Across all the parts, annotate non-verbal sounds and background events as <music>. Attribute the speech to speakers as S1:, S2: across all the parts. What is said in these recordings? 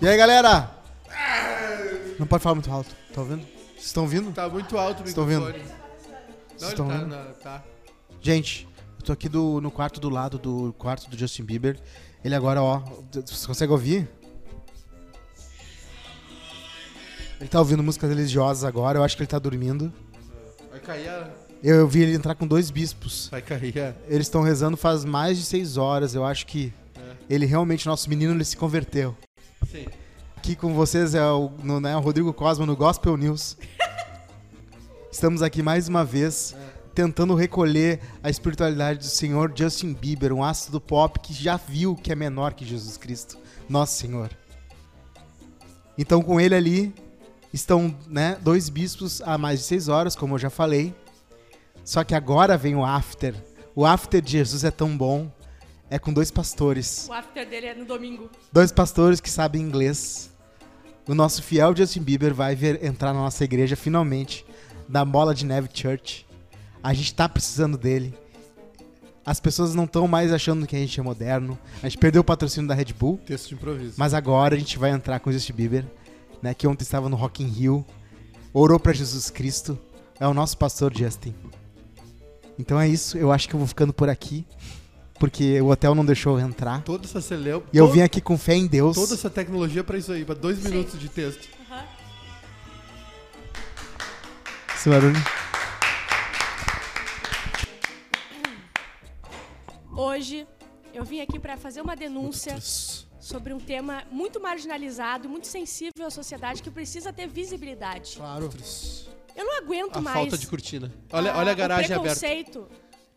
S1: E aí, galera? Não pode falar muito alto. Tá ouvindo? Vocês estão ouvindo?
S2: Tá muito alto o
S1: Vocês estão
S2: microfone. Não,
S1: Vocês
S2: ele
S1: estão
S2: tá,
S1: ouvindo?
S2: na, tá.
S1: Gente, eu tô aqui do- no quarto do lado do quarto do Justin Bieber. Ele agora, ó. Vocês conseguem ouvir? Ele tá ouvindo músicas religiosas agora. Eu acho que ele tá dormindo.
S2: Vai cair a...
S1: Eu, eu vi ele entrar com dois bispos.
S2: Vai cair é. a...
S1: Eles estão rezando faz mais de seis horas. Eu acho que ele realmente, nosso menino, ele se converteu.
S2: É, Sim.
S1: Aqui com vocês é o, no- né, o Rodrigo Cosma no Gospel News. Estamos aqui mais uma vez
S2: é.
S1: tentando recolher a espiritualidade do senhor Justin Bieber, um astro do pop que já viu que é menor que Jesus Cristo, nosso Senhor. Então com ele ali estão né, dois bispos há mais de seis horas, como eu já falei. Só que agora vem o after. O after de Jesus é tão bom. É com dois pastores.
S3: O after dele é no domingo.
S1: Dois pastores que sabem inglês. O nosso fiel Justin Bieber vai ver- entrar na nossa igreja finalmente, da Bola de Neve Church. A gente tá precisando dele. As pessoas não estão mais achando que a gente é moderno. A gente perdeu o patrocínio da Red Bull,
S2: Texto de improviso.
S1: mas agora a gente vai entrar com o Justin Bieber, né, que ontem estava no Rock in Rio, orou pra Jesus Cristo. É o nosso pastor Justin. Então é isso, eu acho que eu vou ficando por aqui, porque o hotel não deixou eu entrar.
S2: Toda essa celeu...
S1: E eu vim aqui com fé em Deus.
S2: Toda essa tecnologia pra isso aí, pra dois
S3: Sim.
S2: minutos de texto.
S1: Esse barulho.
S3: Hoje eu vim aqui para fazer uma denúncia sobre um tema muito marginalizado, muito sensível à sociedade que precisa ter visibilidade.
S1: Claro.
S3: Eu não aguento
S2: A
S3: mais.
S2: falta de cortina. Olha, olha a garagem
S3: o
S2: aberta.
S3: preconceito.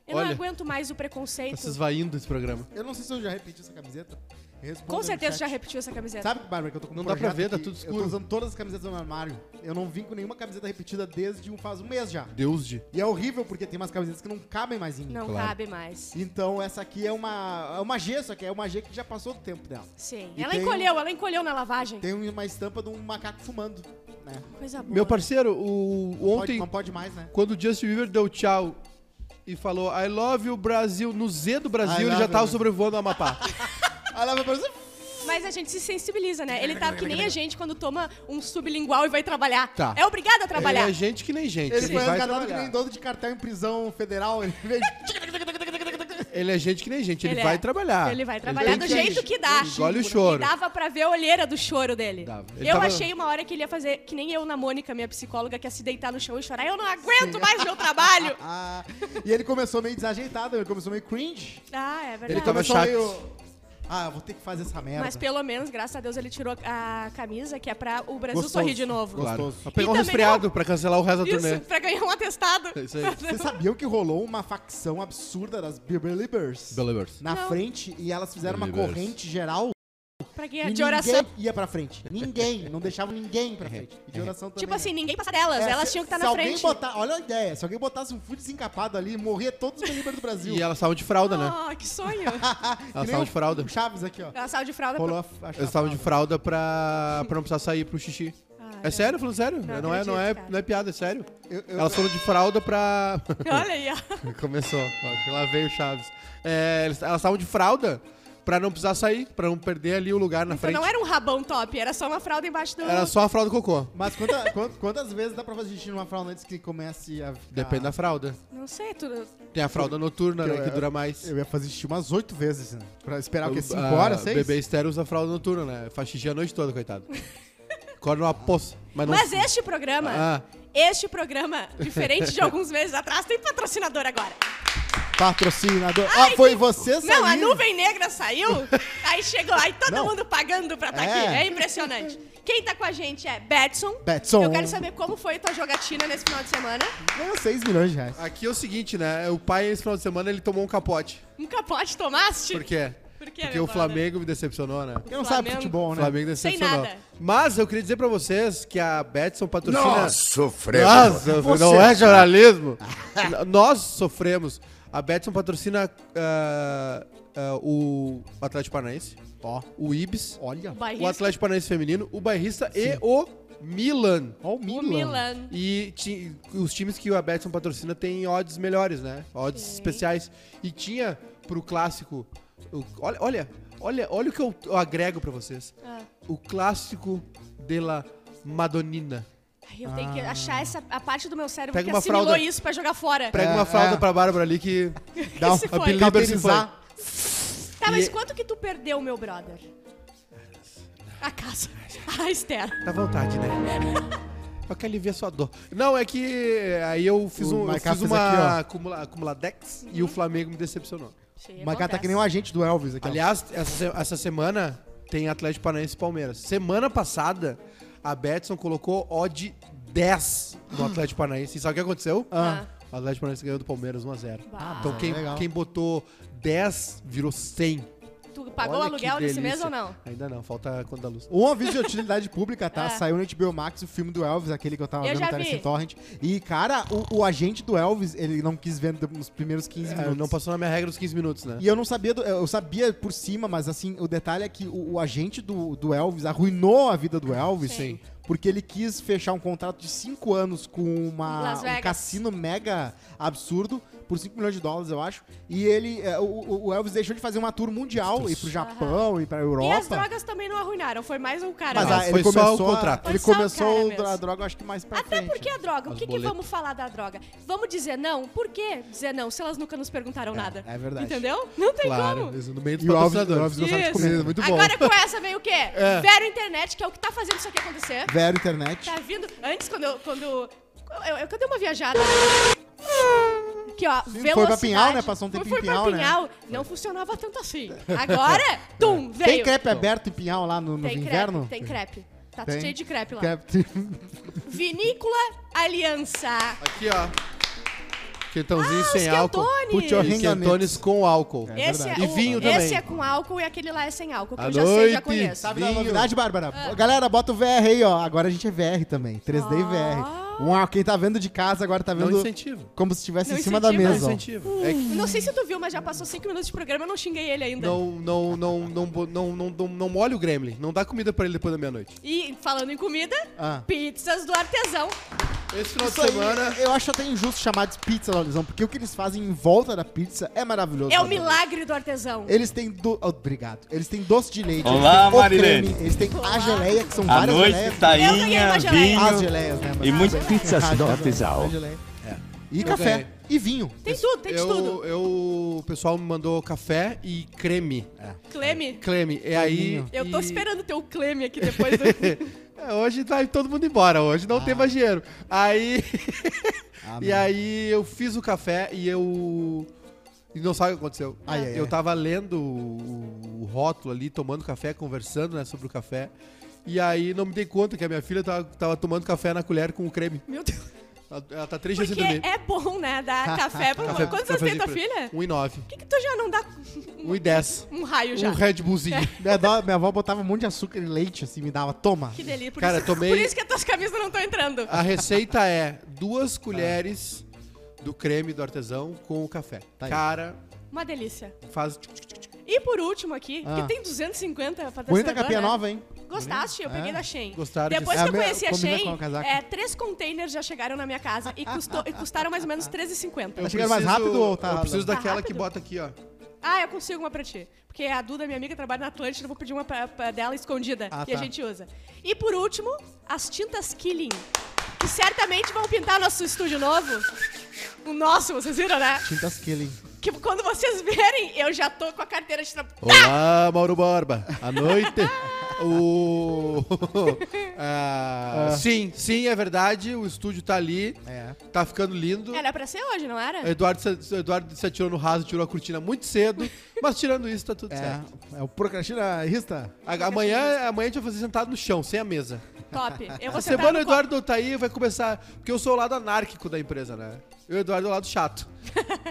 S3: Eu
S2: Olha.
S3: não aguento mais o
S2: Tá
S3: preconceito.
S2: se esvaindo esse programa.
S1: Eu não sei se eu já repeti essa camiseta. Responda
S3: Com
S1: no
S3: certeza
S1: chat.
S3: já repetiu essa camiseta.
S1: Sabe, Bárbara, que eu tô com um
S2: Não dá pra
S1: projeto
S2: ver, tá
S1: que
S2: tudo
S1: Eu
S2: escuro.
S1: tô usando todas as camisetas do meu armário. Eu não vim com nenhuma camiseta repetida desde um, faz um mês já.
S2: Deus de...
S1: E é horrível porque tem umas camisetas que não cabem mais em mim.
S3: Não
S2: Claro.
S3: cabe mais.
S1: Então essa aqui é uma, é uma G, só que é uma G que já passou do tempo dela.
S3: Sim.
S1: E
S3: ela
S1: tem-
S3: encolheu, ela encolheu na lavagem.
S1: Tem uma estampa de um macaco fumando, né?
S3: Coisa boa.
S2: Meu parceiro, o...
S1: Não pode-
S2: ontem,
S1: não pode mais, né?
S2: quando o Justin Bieber deu tchau e falou I love you Brasil, no Z do
S1: I
S2: Brasil, ele
S1: love
S2: já
S1: you,
S2: tava
S1: Brasil.
S2: sobrevoando o Amapá.
S1: Aí ela vai pra Ah, você,
S3: Mas a gente se sensibiliza, né?
S2: <laughs>
S3: Ele tá que nem a gente quando toma um sublingual e vai trabalhar.
S2: Tá.
S3: É obrigado a
S2: Ele
S3: trabalhar.
S2: é gente que nem gente.
S1: Ele foi
S2: vai
S1: resgatado que
S2: trabalhar.
S1: nem dono de cartel em prisão federal. Ele veio
S2: Ele é gente que nem gente, ele,
S3: Ele é.
S2: vai trabalhar.
S3: Ele vai trabalhar
S2: Ah, tem
S3: do jeito que é. dá.
S2: Ele engole o
S3: E
S2: choro.
S3: dava pra ver a olheira do choro dele.
S2: Dava. Ele
S3: Eu
S2: tava-
S3: achei uma hora que ele ia fazer, que nem eu na Mônica, minha psicóloga, que ia se deitar no chão e chorar. Eu não aguento mais meu
S2: <laughs>
S3: trabalho.
S1: Ah, e ele começou meio desajeitado, ele começou meio cringe.
S3: Ah, é verdade.
S2: Ele tava
S1: começou
S2: chato.
S1: Ah, eu vou ter que fazer essa merda.
S3: Mas pelo menos, graças a Deus, ele tirou a camisa, que é pra o Brasil
S1: Gostoso.
S3: sorrir de novo.
S2: Claro.
S1: Gostoso.
S2: Pra pegar um
S3: E também
S2: resfriado pra cancelar o resto da
S3: Isso,
S2: turnê.
S3: pra ganhar um atestado.
S2: É Isso aí. <laughs>
S1: Vocês sabiam que rolou uma facção absurda das Believers?
S2: Believers.
S1: Na
S3: Não.
S1: frente, e elas fizeram uma
S2: Believers.
S1: corrente geral.
S3: Pra
S1: E
S3: ganhar
S1: ninguém
S3: é de oração.
S1: ia pra frente. Ninguém. Não deixavam ninguém
S2: É,
S1: pra frente. E de oração também.
S3: Tipo
S1: né?
S3: assim, ninguém passa delas,
S1: É,
S3: elas
S1: se-
S3: tinham que estar
S1: se
S3: na
S1: alguém
S3: frente.
S1: Botar, olha a ideia. Se alguém botasse um food desencapado ali, morria todos os Believers do Brasil.
S2: E elas estavam de fralda, né?
S3: Ah, que
S1: <laughs>
S2: <laughs>
S3: sonho.
S1: Que
S2: Elas
S1: nem
S2: estavam
S1: o-
S2: de fralda.
S1: o Chaves aqui, ó.
S3: A sala de fralda.
S1: Rolou a, a
S2: Elas estavam de
S1: chapada.
S2: fralda pra, pra não precisar sair pro xixi.
S3: Ah,
S2: É sério, falando sério. Não,
S3: Não
S2: é, não, é,
S3: acredito, cara.
S2: não é piada, é sério.
S1: Eu- eu-
S2: Elas foram de fralda pra.
S3: Olha aí, ó.
S2: <laughs> Começou. Ó, lá veio o Chaves. É, eles- elas estavam de fralda pra não precisar sair, pra não perder ali o lugar na
S3: Então
S2: frente.
S3: não um. era um rabão top, era só uma fralda embaixo do.
S2: Era só a fralda cocô.
S1: Mas quanta- quant- quantas vezes dá pra fazer xixi numa fralda antes que comece a ficar...
S2: Depende da fralda.
S3: Não sei, tu.
S2: Tem a fralda noturna,
S1: Eu-
S2: né? Que
S1: eu-
S2: dura mais.
S1: Eu ia fazer xixi umas oito vezes, né? Pra esperar o quê?
S2: O-
S1: Cinco
S2: a-
S1: horas, seis?
S2: Bebê estéreo usa fralda noturna, né? Faz xixi a noite toda, coitado. Acorda numa poça. Mas, não...
S3: Mas este programa,
S2: Ah.
S3: este programa, diferente de alguns meses atrás, tem patrocinador agora.
S1: Patrocinador.
S3: Ai,
S1: ah, foi
S3: que-
S1: você,
S3: Não, a
S1: Samir.
S3: nuvem negra saiu, aí chegou, aí todo
S1: Não.
S3: mundo pagando pra estar
S1: É.
S3: aqui. É impressionante. Quem tá com a gente é Betson.
S1: Betson.
S3: Eu quero saber como foi tua jogatina nesse final de semana.
S1: Ganhou 6 milhões de reais.
S2: Aqui é o seguinte, né? O pai, esse final de semana, ele tomou um capote.
S3: Um capote tomaste?
S2: Por quê?
S3: Por quê,
S2: Porque
S3: meu
S2: o
S3: brother?
S2: Flamengo me decepcionou, né?
S1: Quem não sabe
S3: Flamengo.
S1: futebol,
S2: O
S1: né?
S2: Flamengo
S3: Sem
S2: decepcionou.
S3: nada.
S2: Mas eu queria dizer pra vocês que a Betson patrocina...
S4: Nós sofremos.
S2: Nossa,
S1: Você- assim, Ah,
S2: não é jornalismo. <laughs> N- Nós sofremos. A Betson patrocina ah, ah, o Atlético Paranaense,
S1: Ó,
S2: o Ibis,
S1: olha.
S3: Bairrista,
S2: o Atlético Paranaense feminino, o Bairrista e o Milan.
S1: Ó o
S3: o
S1: Milan.
S3: Milan.
S2: E ti- os times que a Betson patrocina têm odds melhores, né? Odds especiais. E tinha pro clássico. o- olha, olha, Olha, olha o que eu, eu agrego pra vocês.
S3: Ah.
S2: O clássico de la Madonina.
S3: Ai, eu tenho que achar essa, a parte do meu cérebro
S2: Pega
S3: que
S2: uma
S3: assimilou
S2: fralda.
S3: isso pra jogar fora.
S2: Prega
S1: É,
S2: uma fralda
S1: é.
S2: pra Bárbara ali que
S1: Dá
S3: se
S1: um
S3: foi.
S1: apelido
S2: Cabercizar.
S3: Tá, mas
S2: E-
S3: quanto que tu perdeu, meu brother? A casa. A Esther.
S2: dá vontade, né? Só que aliviar sua dor. Não, é que aí eu fiz,
S1: O
S2: um, eu
S1: Maicá
S2: fiz
S1: fez aqui,
S2: uma acumula, acumuladex e o Flamengo me decepcionou.
S3: Sim,
S1: O Maicá tá
S3: acontece.
S1: que nem um agente do Elvis
S3: Tá.
S1: aqui. ó.
S2: Aliás, essa, se- essa semana tem Atlético Paranaense e Palmeiras. Semana passada, a Betson colocou odd 10 no Atlético Paranaense. E sabe o que aconteceu?
S3: Ah.
S2: O Atlético Paranaense ganhou do Palmeiras 1x0.
S3: Bah.
S2: Então quem,
S1: legal.
S2: quem botou 10 virou 100.
S3: Tu pagou
S2: Olha
S3: o
S2: que
S3: aluguel nesse
S2: delícia.
S3: mês ou não?
S2: Ainda não, falta a conta da luz.
S1: Um aviso de utilidade pública, tá?
S3: <laughs> É.
S1: Saiu no HBO Max o filme do Elvis, aquele que eu tava
S3: Eu
S1: vendo,
S3: já
S1: tá
S3: vi.
S1: nesse torrent. E, cara, o, o agente do Elvis, ele não quis ver nos primeiros 15
S2: É,
S1: minutos.
S2: não passou na minha regra dos 15 minutos, né?
S1: E eu não sabia, do- eu sabia por cima, mas assim, o detalhe é que o, o agente do, do Elvis arruinou a vida do Elvis.
S3: Sim. Sim.
S1: Porque ele quis fechar um contrato de 5 anos com uma,
S3: Las
S1: um
S3: Vegas.
S1: cassino mega absurdo, por 5 milhões de dólares, eu acho. E ele, eh, o- o, o Elvis deixou de fazer uma tour mundial, ir pro Japão, ir pra Europa.
S3: E as drogas também não arruinaram, foi mais um cara.
S1: Mas
S2: Não,
S1: a-
S3: mesmo.
S1: ele
S2: foi só
S1: começou
S2: o
S1: a-
S2: contrato.
S1: Ele
S3: Foi só o cara
S1: começou
S3: mesmo.
S1: a droga, eu acho que mais pra
S3: Até
S1: frente.
S3: porque é a droga, o
S2: As
S3: que, que
S2: boletas.
S3: vamos falar da droga? Vamos dizer não? Por que dizer não se elas nunca nos perguntaram nada?
S1: é verdade.
S3: Entendeu? Não tem
S2: Claro,
S3: como.
S2: isso no meio dos
S1: E o Elvis, o
S2: patrocinadores.
S1: Elvis gostava de
S3: Isso.
S1: comer, muito bom.
S3: Agora com essa veio o quê? Vero internet, que é o que tá fazendo isso aqui acontecer.
S1: Vero internet.
S3: Tá vindo. Antes, quando eu. Quando eu, eu, eu- quando eu dei uma viajada. Aqui, ó.
S1: Sim,
S3: velocidade.
S1: foi pra Pinhal, né? Passou um tempo em
S3: foi, foi
S1: Pinhal,
S3: pra
S1: né?
S3: Pinhal. Não funcionava tanto assim. Agora, <laughs> tum, veio.
S1: Tem crepe aberto em é Pinhal lá no, no
S3: Tem
S1: inverno?
S3: crepe. Tem crepe. Tá
S1: Tem.
S3: cheio de crepe lá.
S1: Crepe.
S3: Vinícola Aliança.
S2: Aqui, ó. Quentãozinho
S3: Ah, os
S2: sem álcool.
S3: quentones.
S2: E
S1: Ringanets.
S2: quentones com álcool.
S1: É verdade.
S2: E vinho
S3: esse
S2: também.
S3: é com álcool e aquele lá é sem álcool, que
S2: À
S3: eu já sei, já
S2: noite.
S3: conheço.
S1: Sabe da
S2: Vinho.
S1: novidade, Bárbara? Galera, bota o VR aí, ó. Agora a gente é VR também. 3D e VR. Uau, quem tá vendo de casa agora tá
S2: Não
S1: vendo
S2: incentiva.
S1: como se estivesse em
S3: Ah. Não
S1: cima da
S3: incentiva.
S2: Não
S1: mesa. ó.
S2: incentiva. um É que
S3: Não sei se tu viu, mas já passou cinco minutos de programa, eu não xinguei ele ainda.
S2: É, não, não, não, não, bo- não, não, não, não molha o gremlin. Não dá comida pra ele depois da meia-noite.
S3: E falando em comida,
S1: Ah.
S3: pizzas do artesão.
S2: Esse final
S1: Isso
S2: de
S1: aí,
S2: semana...
S1: eu acho até injusto chamar de pizza, Lalizão, porque o que eles fazem em volta da pizza é maravilhoso.
S3: É o
S1: Lolizão.
S3: milagre do artesão.
S1: Eles têm do... oh, Obrigado. Eles têm doce de leite.
S4: Olá,
S1: eles têm o
S4: Marilene.
S1: creme, Eles têm a
S3: Olá.
S1: geleia, que são
S4: A
S1: várias
S4: noite, tá
S1: geleias.
S3: Eu ganhei uma
S4: tainha,
S3: geleia.
S1: As
S4: vinho.
S1: geleias, né?
S4: E muitas
S1: Ah,
S4: pizzas
S1: geleia.
S4: do
S1: Ah,
S4: artesão.
S1: geleia. E
S2: É. Eu
S1: café.
S2: ganhei.
S1: E vinho.
S3: Tem tudo, tem de tudo.
S2: Eu, eu, o pessoal me mandou café e creme.
S3: Cleme,
S2: Creme. E aí...
S3: eu tô
S2: e-
S3: esperando ter o Cleme aqui depois do...
S2: É, hoje vai todo mundo embora, hoje não tem mais dinheiro. Aí. e aí eu fiz o café e eu. E não sabe o que aconteceu.
S1: Ai, ai,
S2: eu
S1: ai.
S2: tava lendo o, o rótulo ali, tomando café, conversando né, sobre o café. E aí não me dei conta que a minha filha tava, tava tomando café na colher com o creme.
S3: Meu Deus.
S2: Ela, ela tá três dias sem
S3: Porque
S2: dormir.
S3: é bom, né, dar café pra
S2: Café- Um
S3: Quantos anos tem
S2: cafezinho
S3: tua
S2: pra-
S3: filha?
S2: 1,9.
S3: Por que que tu já não dá
S2: 1,10.
S3: um raio já? É.
S2: Um Red Bullzinho.
S1: Minha, dó- minha avó botava um monte de açúcar e leite, assim, me dava. Toma.
S3: Que delícia. Por,
S2: Cara,
S3: isso,
S2: tomei-
S3: por isso que as tuas camisas não estão entrando.
S2: A receita é duas colheres do creme do artesão com o café.
S1: Tá aí.
S2: Cara,
S3: Uma delícia.
S2: faz
S3: E por último aqui,
S1: Ah.
S3: que tem 250 patrocinadores.
S1: Bonita capinha
S3: né?
S1: nova, hein?
S3: Gostaste? Eu
S1: É.
S3: peguei da Shein.
S2: Gostaram
S3: Depois
S1: disso.
S3: que eu
S1: É,
S3: conheci a
S1: combina
S3: Shein,
S1: com o casaco.
S3: é, três containers já chegaram na minha casa e, custou- e custaram mais ou menos
S1: Eu-
S3: R$13,50.
S1: Tá chegando mais rápido ou tá-
S2: Eu preciso
S3: tá
S2: daquela
S3: rápido?
S2: que bota aqui, ó.
S3: Ah, eu consigo uma pra ti. Porque a Duda, minha amiga, trabalha na Atlântida, eu vou pedir uma pra, pra dela escondida,
S1: Ah,
S3: que a
S1: tá.
S3: gente usa. E por último, as tintas Killing, que certamente vão pintar nosso estúdio novo. O nosso, vocês viram, né?
S1: Tintas Killing.
S3: Que quando vocês verem, eu já tô com a carteira de trabalho.
S2: Olá, Mauro Borba. À noite. o... <laughs> Ah, Sim, sim, é verdade. O estúdio tá ali.
S1: É.
S2: Tá ficando lindo.
S3: Era É, pra ser hoje, não era?
S2: Eduardo se, Eduardo se atirou no raso, tirou a cortina muito cedo. Mas tirando isso, tá tudo certo.
S1: É, é o procrastinarista.
S2: A- Amanhã, amanhã a gente vai fazer sentado no chão, sem a mesa.
S3: Top. Eu vou
S2: Essa
S3: sentar
S2: semana o
S3: no
S2: Eduardo tá aí vai começar. Porque eu sou o lado anárquico da empresa, né? Eu e o Eduardo é o lado
S3: <laughs>
S2: chato.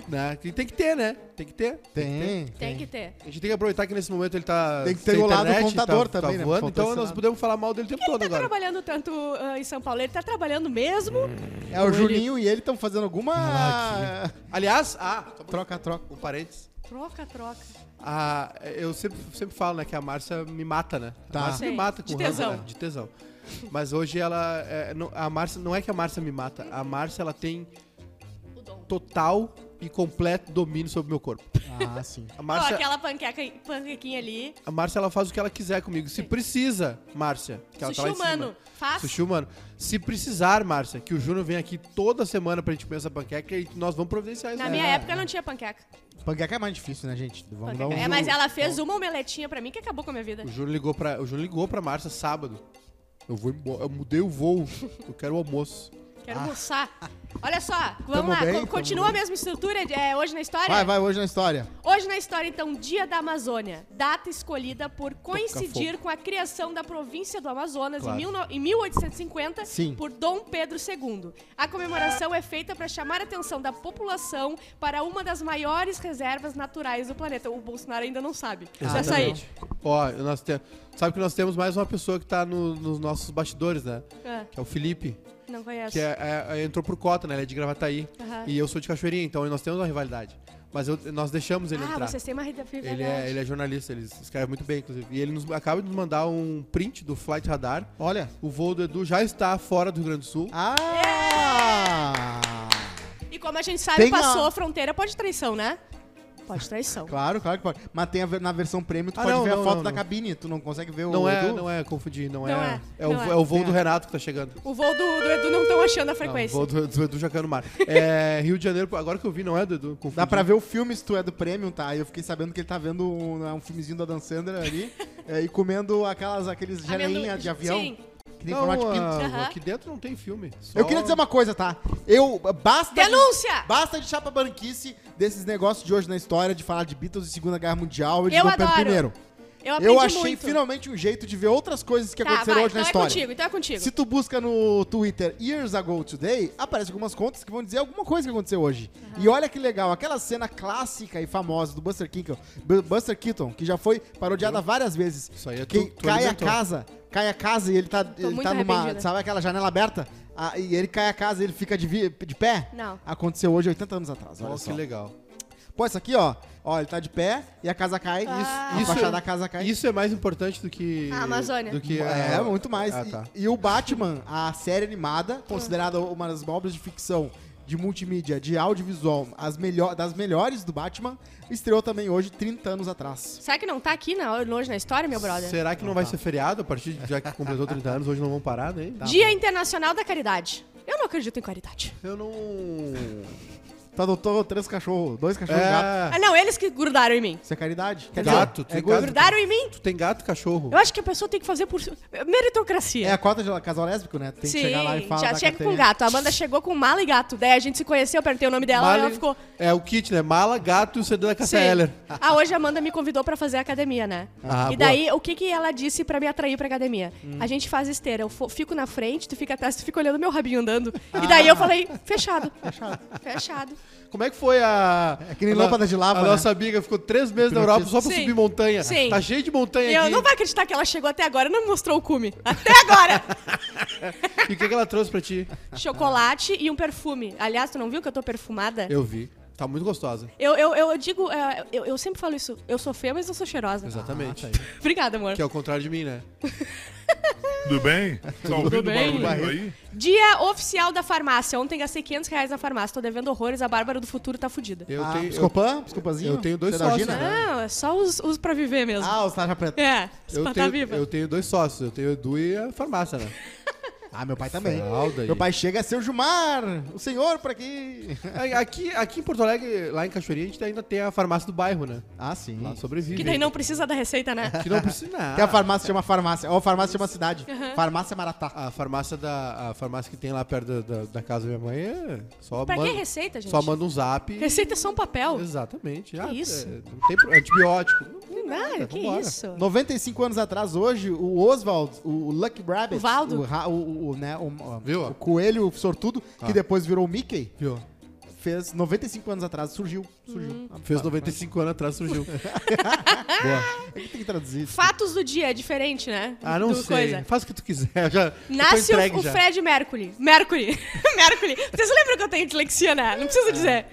S2: né? Que tem que ter, né? Tem que ter.
S1: Tem.
S3: copo. Tem que ter.
S2: A gente tem Tá que aproveitar que nesse momento ele tá.
S1: Tem que ter
S2: sem
S1: o lado do
S2: internet,
S1: computador
S2: tá,
S1: também,
S2: tá
S1: né?
S2: voando,
S1: Faltou
S2: então
S1: esse
S2: nós
S1: lado.
S2: podemos falar mal dele o tempo todo
S3: Tá
S2: agora.
S3: trabalhando tanto ah, em São Paulo, ele tá trabalhando mesmo.
S2: Hum.
S1: É o Juninho e ele estão fazendo alguma.
S2: Aliás, ah,
S1: <laughs>
S2: só
S1: Troca, troca.
S2: um parênteses.
S3: Troca, troca.
S2: Ah, eu sempre, sempre falo, né, que a Márcia me mata, né?
S1: Tá.
S2: A Márcia me
S3: Sim,
S2: mata com
S3: de
S2: raiva,
S3: tesão.
S2: né? De tesão. Mas hoje ela. é, não, a Márcia, não é que a Márcia me mata, a Márcia ela tem
S3: O dom.
S2: total e completo domínio sobre meu corpo.
S1: Ah, sim.
S2: A
S3: Ó,
S2: Márcia,
S3: aquela panqueca, panquequinha ali.
S2: a Márcia ela faz o que ela quiser comigo. Se precisa, Márcia. Que ela
S3: Sushi
S2: tá lá em cima.
S3: humano. Faz.
S2: Sushi humano. Se precisar, Márcia, que o Júnior vem aqui toda semana pra gente comer essa panqueca e nós vamos providenciar isso.
S3: Na
S2: aí.
S3: minha
S1: é.
S3: época não tinha panqueca.
S1: Panqueca é mais difícil, né, gente? Vamos dar um
S3: Panqueca. É,
S1: jogo.
S3: mas ela fez uma omeletinha pra mim que acabou com a minha vida.
S2: O Júnior ligou pra, o Júnior ligou pra Márcia sábado. Eu vou embora. Eu mudei o voo. Eu quero o almoço.
S3: Quero almoçar. Olha só, vamos
S1: Tamo
S3: lá.
S1: bem,
S3: co-
S1: tamo
S3: continua a mesma estrutura de- é, hoje na história?
S1: Vai, vai, hoje na história.
S3: Hoje na história, então, Dia da Amazônia. Data escolhida por coincidir com a criação da província do Amazonas
S2: Claro.
S3: em, mil no- em 1850
S1: Sim.
S3: por Dom Pedro II. A comemoração é feita para chamar a atenção da população para uma das maiores reservas naturais do planeta. O Bolsonaro ainda não sabe. Já saiu.
S2: Ó, nós temos. Sabe que nós temos mais uma pessoa que tá no- nos nossos bastidores, né?
S3: Ah,
S2: Que é o Felipe.
S3: não conhece.
S2: Que é- é- é- entrou por cota, né? Ele é de Gravataí.
S3: Aham.
S2: E eu sou de Cachoeirinha, então nós temos uma rivalidade. Mas eu- nós deixamos ele
S3: ah,
S2: entrar.
S3: vocês têm uma rede
S2: Ele é, ele é jornalista, ele escreve muito bem, inclusive. E ele nos, acaba de nos mandar um print do Flight Radar.
S1: Olha.
S2: O voo do Edu já está fora do Rio Grande do Sul.
S1: Ah!
S3: E como a gente sabe,
S1: Tem
S3: passou
S1: uma-
S3: a fronteira, pode traição, né? Pode traição.
S1: Claro, claro que pode. Mas tem a ver- na versão prêmio, tu
S2: Ah,
S1: pode
S2: não,
S1: ver
S2: não,
S1: a foto
S2: não,
S1: da
S2: não.
S1: cabine, tu não consegue ver
S2: Não
S1: o
S2: é,
S1: Edu.
S2: não é, confundi, não,
S3: Não
S2: é.
S3: é,
S2: o,
S3: não é.
S2: é o voo do Renato que tá chegando.
S3: O voo do, do Edu não estão achando a frequência.
S2: Não, o voo do, do Edu já caiu no
S3: <laughs>
S2: mar. É, Rio de Janeiro, agora que eu vi, não é do Edu, confundi.
S1: Dá pra ver o filme se tu é do Premium, tá? Eu fiquei sabendo que ele tá vendo um, um filmezinho da Dan Sandler
S3: <laughs>
S1: ali é, e comendo aquelas, aqueles
S3: Amendoim.
S1: janelhinha de avião
S3: Tá Sim.
S1: que tem
S2: Não,
S1: formato de pinto.
S2: ah,
S3: Aham.
S2: Aqui dentro não tem filme. só-
S1: Eu queria dizer uma coisa, tá? Eu. Basta. de-
S3: Denúncia!
S1: basta de chapa banquice desses negócios de hoje na história de falar de Beatles e Segunda Guerra Mundial e de
S3: Eu
S1: Dom Pedro
S3: adoro.
S1: primeiro.
S3: Eu aprendi
S1: Eu achei
S3: muito.
S1: finalmente um jeito de ver outras coisas que
S3: Tá,
S1: aconteceram
S3: vai,
S1: hoje na
S3: então é
S1: história.
S3: contigo, então é contigo.
S1: Se tu busca no Twitter Years Ago Today, aparecem algumas contas que vão dizer alguma coisa que aconteceu hoje. E olha que legal, aquela cena clássica e famosa do Buster Keaton, Bu- Buster Keaton que já foi parodiada várias vezes.
S2: Isso aí é
S1: que
S2: tu- tu
S1: cai a
S2: inventou.
S1: casa, cai a casa e ele tá, ele
S3: muito
S1: tá numa,
S3: arrependida.
S1: sabe aquela janela aberta? Ah, e ele cai a casa e ele fica de, vi- de pé?
S3: Não.
S1: Aconteceu hoje, 80 anos atrás. Olha
S2: Ó,
S1: só.
S2: que legal.
S1: Pô, isso aqui, ó. Ó, ele tá de pé e a casa cai.
S3: Ah.
S1: a
S2: isso-
S1: fachada da casa cai.
S2: Isso é mais importante do que.
S3: A Amazônia.
S2: Do que,
S1: é,
S2: ah,
S1: muito mais.
S2: Ah,
S1: E-
S2: tá.
S1: e, o Batman, a série animada, considerada uma das obras de ficção de multimídia, de audiovisual, as melho- das melhores do Batman, estreou também hoje, 30 anos atrás.
S3: Será que não tá aqui na, hoje na história, meu brother?
S2: Será
S1: Então
S2: que não
S1: tá.
S2: vai ser feriado a partir de já que completou 30 anos? Hoje não vão parar, né?
S3: Dia Internacional da Caridade. Eu não acredito
S1: <laughs>
S3: em caridade.
S2: Eu não.
S1: Tu adotou Tá, três cachorros, dois cachorros e gato.
S2: É.
S3: Ah, não, eles que grudaram em mim.
S1: Isso é caridade? Quer
S2: Gato,
S1: dizer, é,
S2: tu
S1: coisa-
S2: gato.
S3: Grudaram em mim?
S2: Tu tem gato e cachorro.
S3: Eu acho que a pessoa tem que fazer por.
S1: é
S3: Meritocracia.
S1: a cota de casal lésbico, né? Tu É, Tem
S3: Sim,
S1: que chegar lá e falar
S3: já
S1: da
S3: chega com
S1: Catarina.
S3: gato. A Amanda chegou com mala e gato. Daí a gente se conheceu, apertei o nome dela e
S2: Mala-
S3: ela ficou.
S2: É o kit, né? Mala, gato e o CD da Cássia Eller.
S3: Ah, hoje a Amanda me convidou pra fazer academia, né?
S2: Ah, boa.
S3: e daí, o que que ela disse pra me atrair pra academia? A gente faz esteira, eu fo- fico na frente, tu fica atrás, tu fica olhando meu rabinho andando. E
S2: Ah.
S3: daí eu falei, fechado. Fechado. Fechado.
S2: Como é que foi a.
S1: É que nem
S2: a-
S1: lâmpada de lava,
S2: A
S1: né?
S2: nossa amiga ficou três meses na Europa só pra
S3: Sim.
S2: subir montanha.
S3: Sim.
S2: Tá cheio de montanha
S3: E eu
S2: aqui.
S3: não vai acreditar que ela chegou até agora e não me mostrou o cume. Até agora! <laughs>
S2: E o que, que ela trouxe pra ti?
S3: Chocolate e um perfume. Aliás, tu não viu que eu tô perfumada?
S2: Eu vi. Tá muito gostosa.
S3: Eu, eu, eu digo, é, eu, eu sempre falo isso. Eu sou feia, mas eu sou cheirosa.
S2: Exatamente.
S3: Obrigada, amor.
S2: que é o contrário de mim, né?
S4: Tudo bem? Tá ouvindo o
S3: bem?
S4: barulhinho aí?
S3: Dia oficial da farmácia. Ontem gastei 500 reais na farmácia. Tô devendo horrores. A Bárbara do futuro tá fudida.
S2: Eu
S1: Ah,
S2: tenho. eu-
S1: Psicopan? Psicopanzinho?
S2: eu tenho dois
S1: Sedalgina?
S2: sócios, né?
S3: Não, é só os, os pra viver mesmo.
S1: Ah, o Sarja Preta.
S3: é, os
S2: Eu
S3: pra tá
S2: tenho,
S3: viva.
S2: eu tenho dois sócios, eu tenho o Edu e a <laughs> farmácia, né?
S1: Ah, meu pai também.
S2: Fralda aí.
S1: Meu pai chega a ser o Gilmar, o senhor por aqui.
S2: É, Aqui, aqui em Porto Alegre, lá em Cachoeirinha, a gente ainda tem a farmácia do bairro, né?
S1: Ah, sim.
S2: Lá sobrevive.
S3: Que daí não precisa da
S2: <laughs>
S3: receita, né?
S2: Que não precisa nada.
S1: Tem a farmácia chama farmácia. Ó, a farmácia chama cidade. Farmácia Maratá.
S2: A farmácia da a farmácia que tem lá perto da, da- da casa da minha mãe é só
S3: Pra
S2: manda,
S3: que receita, gente?
S2: só manda um zap.
S3: Receita é só um papel.
S2: Exatamente. Ah,
S3: isso?
S2: é, não tem pro- antibiótico. Não tem
S3: Ah,
S2: nada,
S3: que
S2: vambora.
S3: isso?
S1: 95 anos atrás, hoje, o Oswald, o Lucky Rabbit,
S3: O Valdo?
S1: o, ra- o- o- né, o- o-
S2: Viu?
S1: o coelho sortudo, que depois virou o Mickey,
S2: Viu?
S1: fez 95 anos atrás, surgiu. surgiu. Ah,
S2: Fez 95 anos
S1: <laughs>
S2: atrás, surgiu. Boa.
S1: Tem que traduzir. isso.
S3: Fatos do dia é diferente, né?
S2: Ah, não
S3: Do
S2: sei.
S3: coisa.
S2: Faz o que tu quiser. <laughs> Já, eu tô
S3: Nasce
S2: entregue
S3: o, o
S2: já.
S3: Fred Mercury. Mercury. <laughs> Mercury. Vocês lembram que eu tenho dislexia, né? Não preciso dizer.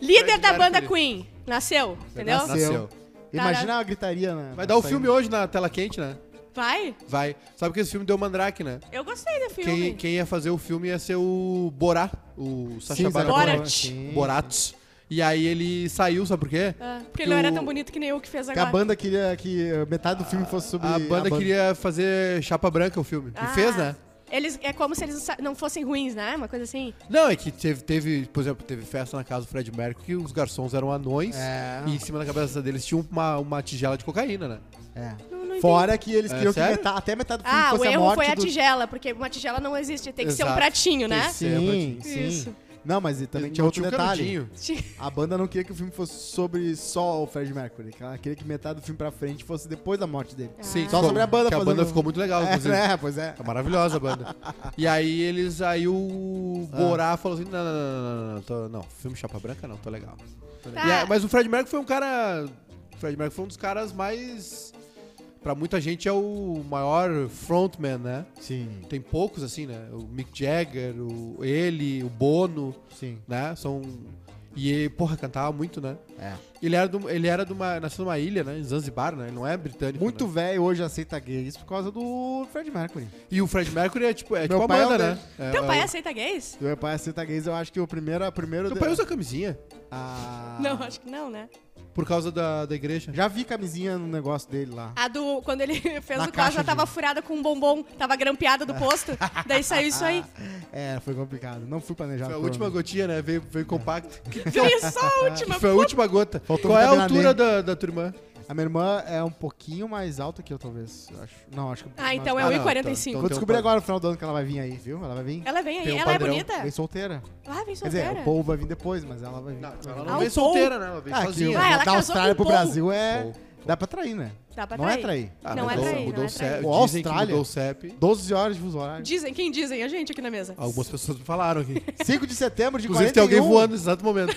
S3: Líder
S2: É. Fred
S3: da banda
S2: Mercury.
S3: Queen. Nasceu, entendeu?
S2: Nasceu.
S1: Imagina a gritaria, né?
S2: Vai dar o filme hoje na tela quente, né?
S3: Vai.
S2: Vai. Sabe que esse filme deu Mandrake, né?
S3: Eu gostei do filme.
S2: Quem, quem ia fazer o filme ia ser o Borá, o Sacha
S1: Sim,
S2: Baron
S1: Sacha
S3: Borat.
S2: Cohen.
S1: Sim.
S2: Borat. E aí ele saiu, sabe por quê?
S3: Ah, porque ele não
S2: o-
S3: era tão bonito que nem eu que fez
S1: Que a
S3: agora.
S1: banda queria que eh, metade do filme fosse sobre.
S2: A banda queria fazer chapa branca o filme.
S3: Ah,
S2: E fez, né?
S3: Eles, é como se eles sa- não fossem ruins, né? Uma coisa assim.
S2: Não, é que teve, teve, por exemplo, teve festa na casa do Fred Mercury que os garçons eram anões
S1: É.
S2: e em cima da cabeça deles tinha uma, uma tigela de cocaína, né?
S1: É.
S3: Não, não
S1: Fora que eles
S2: É,
S1: queriam que
S2: sério?
S1: metade- até metade do filme
S3: Ah, o
S1: fosse a
S3: erro
S1: morte
S3: foi a
S1: do-
S3: tigela, porque uma tigela não existe, tem que ser um
S2: Exato.
S3: pratinho, né?
S2: Sim.
S1: Sim, sim.
S3: Isso.
S1: Não, mas e também
S2: Não
S1: tinha outro
S2: um
S1: detalhe.
S2: canudinho.
S3: Ti-
S1: A banda não queria que o filme fosse sobre só o Fred Mercury. que Ela queria que metade do filme pra frente fosse depois da morte dele.
S3: Ah,
S2: Sim,
S3: tá.
S1: Só sobre a banda
S2: que a
S1: fazendo-
S2: banda ficou muito legal,
S1: É,
S2: inclusive.
S1: né? Pois é.
S2: Tá maravilhosa a banda. E aí eles, aí o
S1: Ah.
S2: Borá falou assim, não, não, não, não, não, não, tô- não, filme Chapa Branca não, tô legal. Tô legal.
S3: Tá.
S2: E aí- mas o Fred Mercury foi um cara, o Fred Mercury foi um dos caras mais, pra muita gente é o maior frontman, né?
S1: Sim,
S2: Tem poucos assim, né? O Mick Jagger, o, ele, o Bono,
S1: sim.
S2: né? São, e ele, porra, cantava muito, né?
S1: É.
S2: Ele era, do, ele era de uma, nasceu numa ilha, né? Em Zanzibar, né? Ele não é britânico,
S1: Muito
S2: né?
S1: velho hoje aceita gays por causa do Fred Mercury.
S2: E o Fred Mercury é tipo, é
S1: Meu
S2: tipo a
S1: pai é um
S2: banda,
S1: deles.
S2: né? É-
S3: Teu
S2: é
S3: Então, pai
S2: o-
S3: aceita gays?
S1: Se o meu pai aceita gays, eu acho que o primeiro. a primeiro
S2: Teu
S1: de-
S2: pai usa camisinha
S1: Ah,
S3: Não, acho que não, né?
S2: por causa da, da igreja.
S1: Já vi camisinha no negócio dele lá.
S3: A do. Quando ele <laughs> fez
S1: Na
S3: o caso,
S1: caixa
S3: ela tava
S1: de-
S3: furada com um bombom, tava grampeada do posto. daí saiu isso aí.
S1: É, foi complicado. Não fui planejado.
S2: Foi a
S1: por-
S2: última gotinha, né? Veio, veio compacto.
S3: Veio só a última.
S2: Foi a última gota.
S1: Faltou
S2: Qual é a
S1: vitamina
S2: altura
S1: D.
S2: da, da tua irmã?
S1: A minha irmã é um pouquinho mais alta que eu, talvez. eu acho. Não, acho que.
S3: Ah, então
S1: é.
S3: é
S2: Ah, não,
S3: 1,45.
S2: então-
S1: Vou
S2: então-
S1: descobrir
S2: tem um pa-
S1: agora no final do ano que ela vai vir aí, viu? Ela vai vir.
S3: Ela vem aí.
S2: Tem um
S3: ela
S2: padrão.
S3: é bonita?
S1: Vem solteira.
S3: Ah, vem
S1: Quer dizer, é
S3: solteira.
S1: o povo vai vir depois, mas ela vai vir.
S2: Não, ela
S3: Ah,
S2: não veio
S3: o Paul.
S2: solteira, né? Ela veio
S1: Ah, aqui,
S2: sozinha.
S3: Ah, ela
S1: da
S3: casou
S1: Austrália
S3: com
S1: pro
S3: o Paul.
S1: Brasil é.
S2: Paul.
S1: Dá pra trair, né?
S3: Dá pra
S1: Não é
S3: trair.
S1: trair.
S2: Ah,
S3: Não é
S2: mudou,
S3: trair,
S2: mudou
S3: não é
S2: o CEP.
S3: trair.
S1: O
S2: Dizem que
S1: Austrália.
S2: mudou o CEP.
S1: 12 horas de fuso
S3: <laughs>
S1: horário.
S3: Dizem, quem dizem? A gente aqui na mesa.
S2: Algumas pessoas me falaram aqui.
S1: 5 de setembro de
S2: Inclusive
S1: 41.
S2: tem alguém voando nesse exato momento.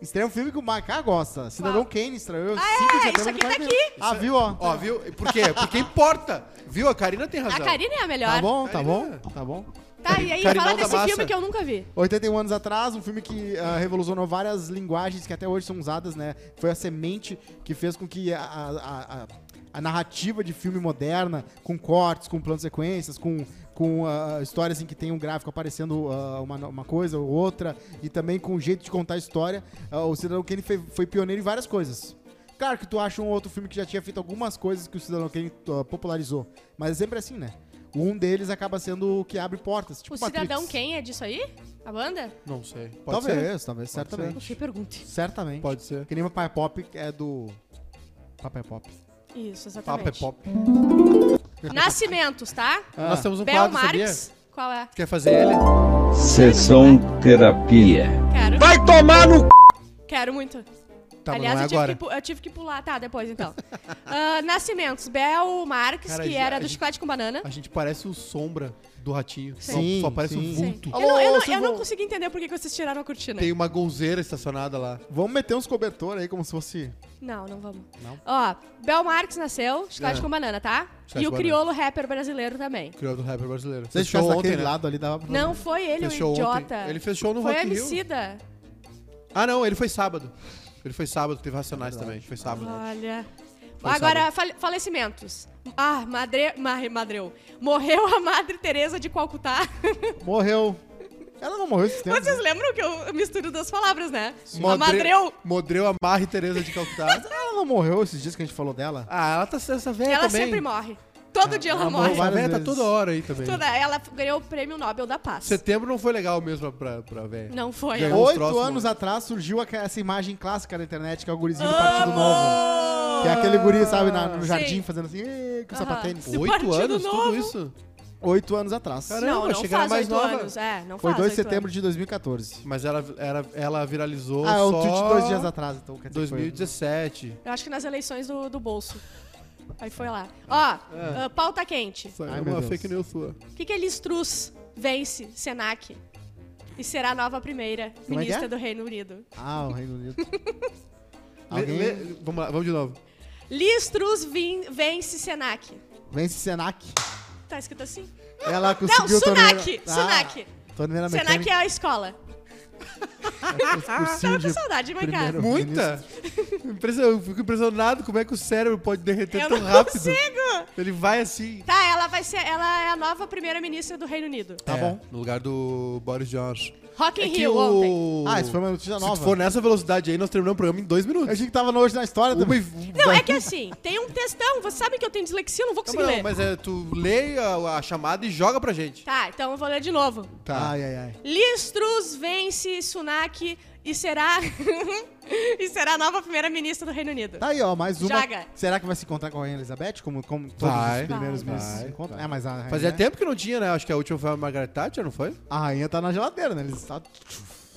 S1: Estreia um filme que o Macá gosta. Cidadão Kane estreou 5
S3: é,
S1: de setembro
S3: isso aqui
S1: de
S3: tá
S1: 41. Ah, viu, ó.
S2: Ó, viu? Por quê? Porque importa. Viu? A Karina tem
S3: A
S2: razão.
S3: Karina é a melhor.
S1: Tá bom, tá
S2: Carina.
S1: bom, tá bom.
S3: Tá, e aí
S2: Carinão
S3: fala
S2: da
S3: desse
S2: massa.
S3: filme que eu nunca vi.
S1: 81 anos atrás, um filme que ah, revolucionou várias linguagens que até hoje são usadas, né? Foi a semente que fez com que a, a- a- a narrativa de filme moderna, com cortes, com planos sequências, com, com ah, histórias em que tem um gráfico aparecendo ah, uma, no- uma coisa ou outra, e também com o jeito de contar a história, ah, o Cidadão Kane foi, foi pioneiro em várias coisas. Claro que tu acha um outro filme que já tinha feito algumas coisas que o Cidadão Kane ah, popularizou, mas é sempre assim, né? Um deles acaba sendo o que abre portas. Tipo
S3: O Cidadão
S1: Matrix.
S3: quem é disso aí? A banda?
S2: Não sei. Pode ser.
S1: Talvez, talvez,
S2: Pode
S1: certamente.
S3: Você pergunte.
S1: Certamente.
S2: Pode ser.
S1: Que nem o Papai Pop é do. Papai Pop.
S3: Isso,
S2: Papo é
S3: exatamente.
S2: pop.
S3: Nascimentos, tá?
S2: Nós temos um
S3: Bel
S2: quadro, sabia?
S3: Marx. Qual é?
S2: Quer fazer ele?
S5: Sessão terapia.
S3: Quero.
S2: Vai tomar no c...
S3: Quero muito.
S2: Tá,
S3: Aliás,
S2: mas
S3: eu,
S2: não é
S3: tive
S2: agora.
S3: Que, pu- eu tive que pular. Tá, depois então. <laughs> Ah, Nascimentos. Bel Marx,
S2: Cara,
S3: que
S2: a
S3: era do
S2: gente- tá
S3: chiclete com banana.
S2: A gente parece o sombra do ratinho. Só-
S1: Sim,
S2: só, parece
S1: sim.
S2: um
S3: Sim.
S2: vulto.
S3: Eu, não, eu, não, eu
S1: Silvão.
S3: não consegui entender por que que vocês tiraram a cortina.
S2: Tem uma golzeira estacionada lá.
S1: Vamos meter uns cobertores aí como se fosse.
S3: Não, não vamos.
S1: Não?
S3: Ó, Bel Marx nasceu, chiclete
S2: É.
S3: com banana, tá?
S2: Chiclete
S3: e o
S2: com
S3: crioulo rapper brasileiro também.
S2: Criou do rapper brasileiro.
S1: Se
S2: Fez
S1: tivesse
S2: show
S1: daquele
S2: ontem, né?
S1: lado ali, dava pra.
S3: Não foi ele
S2: Fez
S3: o
S2: show
S3: idiota.
S2: ontem. Ele fez show no
S3: Foi
S2: Rock in
S3: a
S2: Rio.
S3: Emicida.
S2: Ah, não, ele foi sábado. Ele foi sábado, teve Racionais também. Foi sábado.
S3: Olha.
S2: Foi
S3: Agora, fale- falecimentos. Ah, madre, ma- madreu. Morreu a Madre Teresa de Calcutá.
S1: Morreu. Ela não morreu esse tempo.
S3: <laughs>
S2: é.
S3: Vocês lembram que eu misturo duas palavras, né? A
S2: Modre-
S3: madreu.
S2: Modreu a Marre Tereza de
S3: <laughs>
S2: Calcutá.
S1: Ela não morreu esses dias que a gente falou dela.
S2: ah, ela tá essa velha
S3: Ela
S2: também. Ah,
S3: sempre morre. Todo dia ela,
S1: ela
S3: morre.
S1: morre
S2: Essa velha tá
S1: Várias vezes.
S2: toda hora aí também.
S3: Toda- ela ganhou o Prêmio Nobel da Paz.
S2: Setembro não foi legal mesmo pra, pra velha.
S3: Não foi.
S2: Ganhou.
S1: Oito
S2: troços,
S1: anos
S2: mano.
S1: atrás surgiu aca- essa imagem clássica da internet, que é o gurizinho
S3: Ah,
S1: do Partido Novo. Que é aquele guri, sabe, na- no jardim, fazendo assim, "Ê", com
S3: Aham.
S1: sapatênis.
S3: Sim.
S2: Oito
S3: Partido
S2: anos,
S3: Novo.
S2: tudo isso?
S1: Oito anos atrás.
S2: Cara,
S3: Não,
S2: Caramba,
S3: não
S2: achei que era
S3: faz
S2: mais
S3: oito
S2: nova.
S3: anos. É, não
S1: Foi 2
S3: faz
S1: de
S3: oito
S1: setembro
S3: anos.
S1: de 2014.
S2: Mas ela, era, ela viralizou
S1: Ah, é um
S2: só...
S1: tweet de dois dias atrás, então. Quer dizer, que foi-
S2: 2017.
S3: Eu acho que nas eleições do, do bolso. Aí foi lá. Ó, ah, pauta quente.
S2: Isso aí
S1: Ai,
S2: é
S1: meu
S2: uma
S1: Deus.
S2: fake news sua.
S3: O que que Elistruz vence Senac e será a nova primeira
S1: que
S3: ministra
S1: é?
S3: do Reino Unido?
S1: Ah, o Reino
S3: <laughs>
S1: Unido.
S2: Lê-
S1: Alguém
S2: lê- vamos lá, vamos de novo.
S3: Listruz vin- vence Senac.
S1: vence Senac.
S3: Tá escrito assim?
S1: Ela
S3: Não,
S1: conseguiu
S3: Sunac!
S1: torneira-
S3: Sunac!
S1: Ah, torneira
S3: Senac é
S1: mecânica. Ah,
S3: a escola.
S1: cursinho
S3: Tava com
S1: de
S3: saudade, mas cara.
S1: primeiro.
S2: Muita? <laughs> Impressiona- Eu fico impressionado como é que o cérebro pode derreter
S3: Eu
S2: é tão
S3: não
S2: rápido.
S3: consigo!
S2: Ele vai assim.
S3: Tá, ela vai ser. Ela é a nova primeira-ministra do Reino Unido.
S1: Tá bom.
S2: No lugar do Boris Johnson.
S3: Rock in
S2: É que
S3: Rio ontem.
S2: o...
S1: Ah, isso foi uma notícia
S2: Se
S1: nova.
S2: tu for nessa velocidade aí, nós terminamos o programa em dois
S1: Eu
S2: minutos.
S1: achei que tava no hoje na história
S2: Uma
S1: também.
S2: e-
S3: Não, é que assim, tem um textão, você sabe que eu tenho dislexia, eu não vou
S2: Não,
S3: conseguir
S2: não,
S3: ler.
S2: mas é, tu lê a, a chamada e joga pra gente.
S3: Tá, então eu vou ler de novo.
S2: tá.
S1: Ai, ai, ai.
S3: Listros vence Sunak e será <laughs> e será a nova primeira-ministra do Reino Unido.
S1: Tá aí, ó, mais uma.
S3: Jaga.
S1: Será que vai se encontrar com a Rainha Elizabeth? Como, como todos
S2: Vai.
S1: os primeiros
S3: Vai.
S1: ministros se
S2: Vai.
S1: encontram? É, mas a rainha,
S2: Fazia tempo que não tinha, né? Acho que a última foi a Margaret Thatcher, não foi?
S1: a rainha tá na geladeira, né? Eles tá...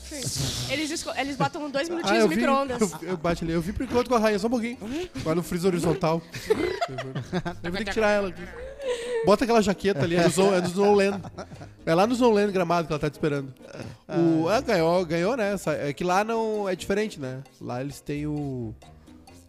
S3: Sim. Eles, esco- eles botam dois
S2: Ah,
S3: minutinhos
S2: eu
S3: no
S2: vi.
S3: micro-ondas.
S2: Eu, eu bati ali. Eu vi por enquanto com a rainha, só um pouquinho. Vai no friso horizontal. eu vou ter que tirar ela aqui. Bota aquela jaqueta ali, é do, Zo- é do Snowland. É lá no Snowland gramado que ela tá te esperando. O, ah, ganhou, ganhou, né? Sa- É que lá não é diferente, né? Lá eles têm o.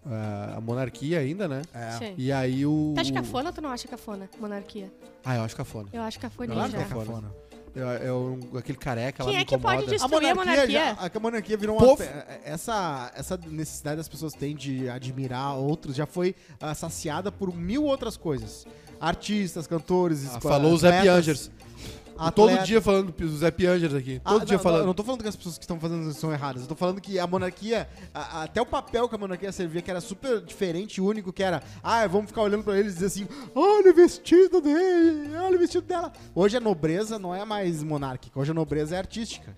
S2: ah, A, a monarquia ainda, né?
S3: Sim.
S2: E aí o.
S3: Tá de cafona ou tu não acha cafona? Monarquia.
S2: Ah, eu acho cafona.
S3: Eu acho
S2: Eu
S3: cafoninha
S2: acho
S3: já.
S1: é
S2: cafona. Eu, eu, aquele careca lá
S3: Quem
S2: me
S3: é que
S2: incomoda.
S3: pode Destruir a monarquia.
S1: já- a monarquia virou
S2: Povo.
S1: uma. é, Essa, essa necessidade das pessoas têm de admirar outros já foi ah, saciada por mil outras coisas. Artistas, cantores,
S2: Ah,
S1: escola-
S2: falou o Zé
S1: atletas,
S2: Piangers. Todo
S1: atleta-
S2: dia falando do Zé Piangers aqui.
S1: Ah,
S2: Todo dia
S1: não,
S2: falando.
S1: não, eu não tô falando que as pessoas que estão fazendo isso são erradas. Eu tô falando que a monarquia, a- a- até o papel que a monarquia servia, que era super diferente e único, que era, ah, vamos ficar olhando pra eles e dizer assim, olha o vestido dele, olha o vestido dela. Hoje a nobreza não é mais monárquica, hoje a nobreza é artística.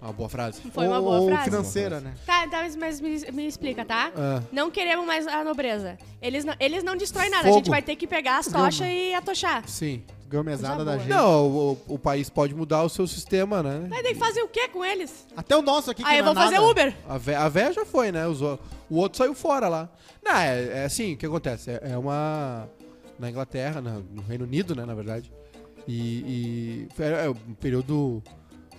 S2: Uma Ah, boa frase.
S3: Foi uma
S1: ou,
S3: boa
S1: ou
S3: frase.
S1: financeira, né?
S3: Tá, tá, mas, mas me, me explica, tá?
S2: Ah.
S3: Não queremos mais a nobreza. Eles não, eles não destroem nada.
S2: Fogo.
S3: A gente vai ter que pegar as tochas e atochar.
S2: Sim.
S1: Gomezada
S3: Coisa
S1: da
S3: boa.
S1: gente.
S2: Não, o, o país pode mudar o seu sistema, né?
S3: Mas tem que fazer o quê com eles?
S1: Até o nosso aqui que
S3: ah, eu
S1: não é
S3: vou fazer
S1: nada.
S3: Uber.
S2: A vé- a véia já foi, né? Os o o outro saiu fora lá. Não, é, é assim, o que acontece? É, é uma... Na Inglaterra, na- no Reino Unido, né, na verdade. E, e foi- é um período...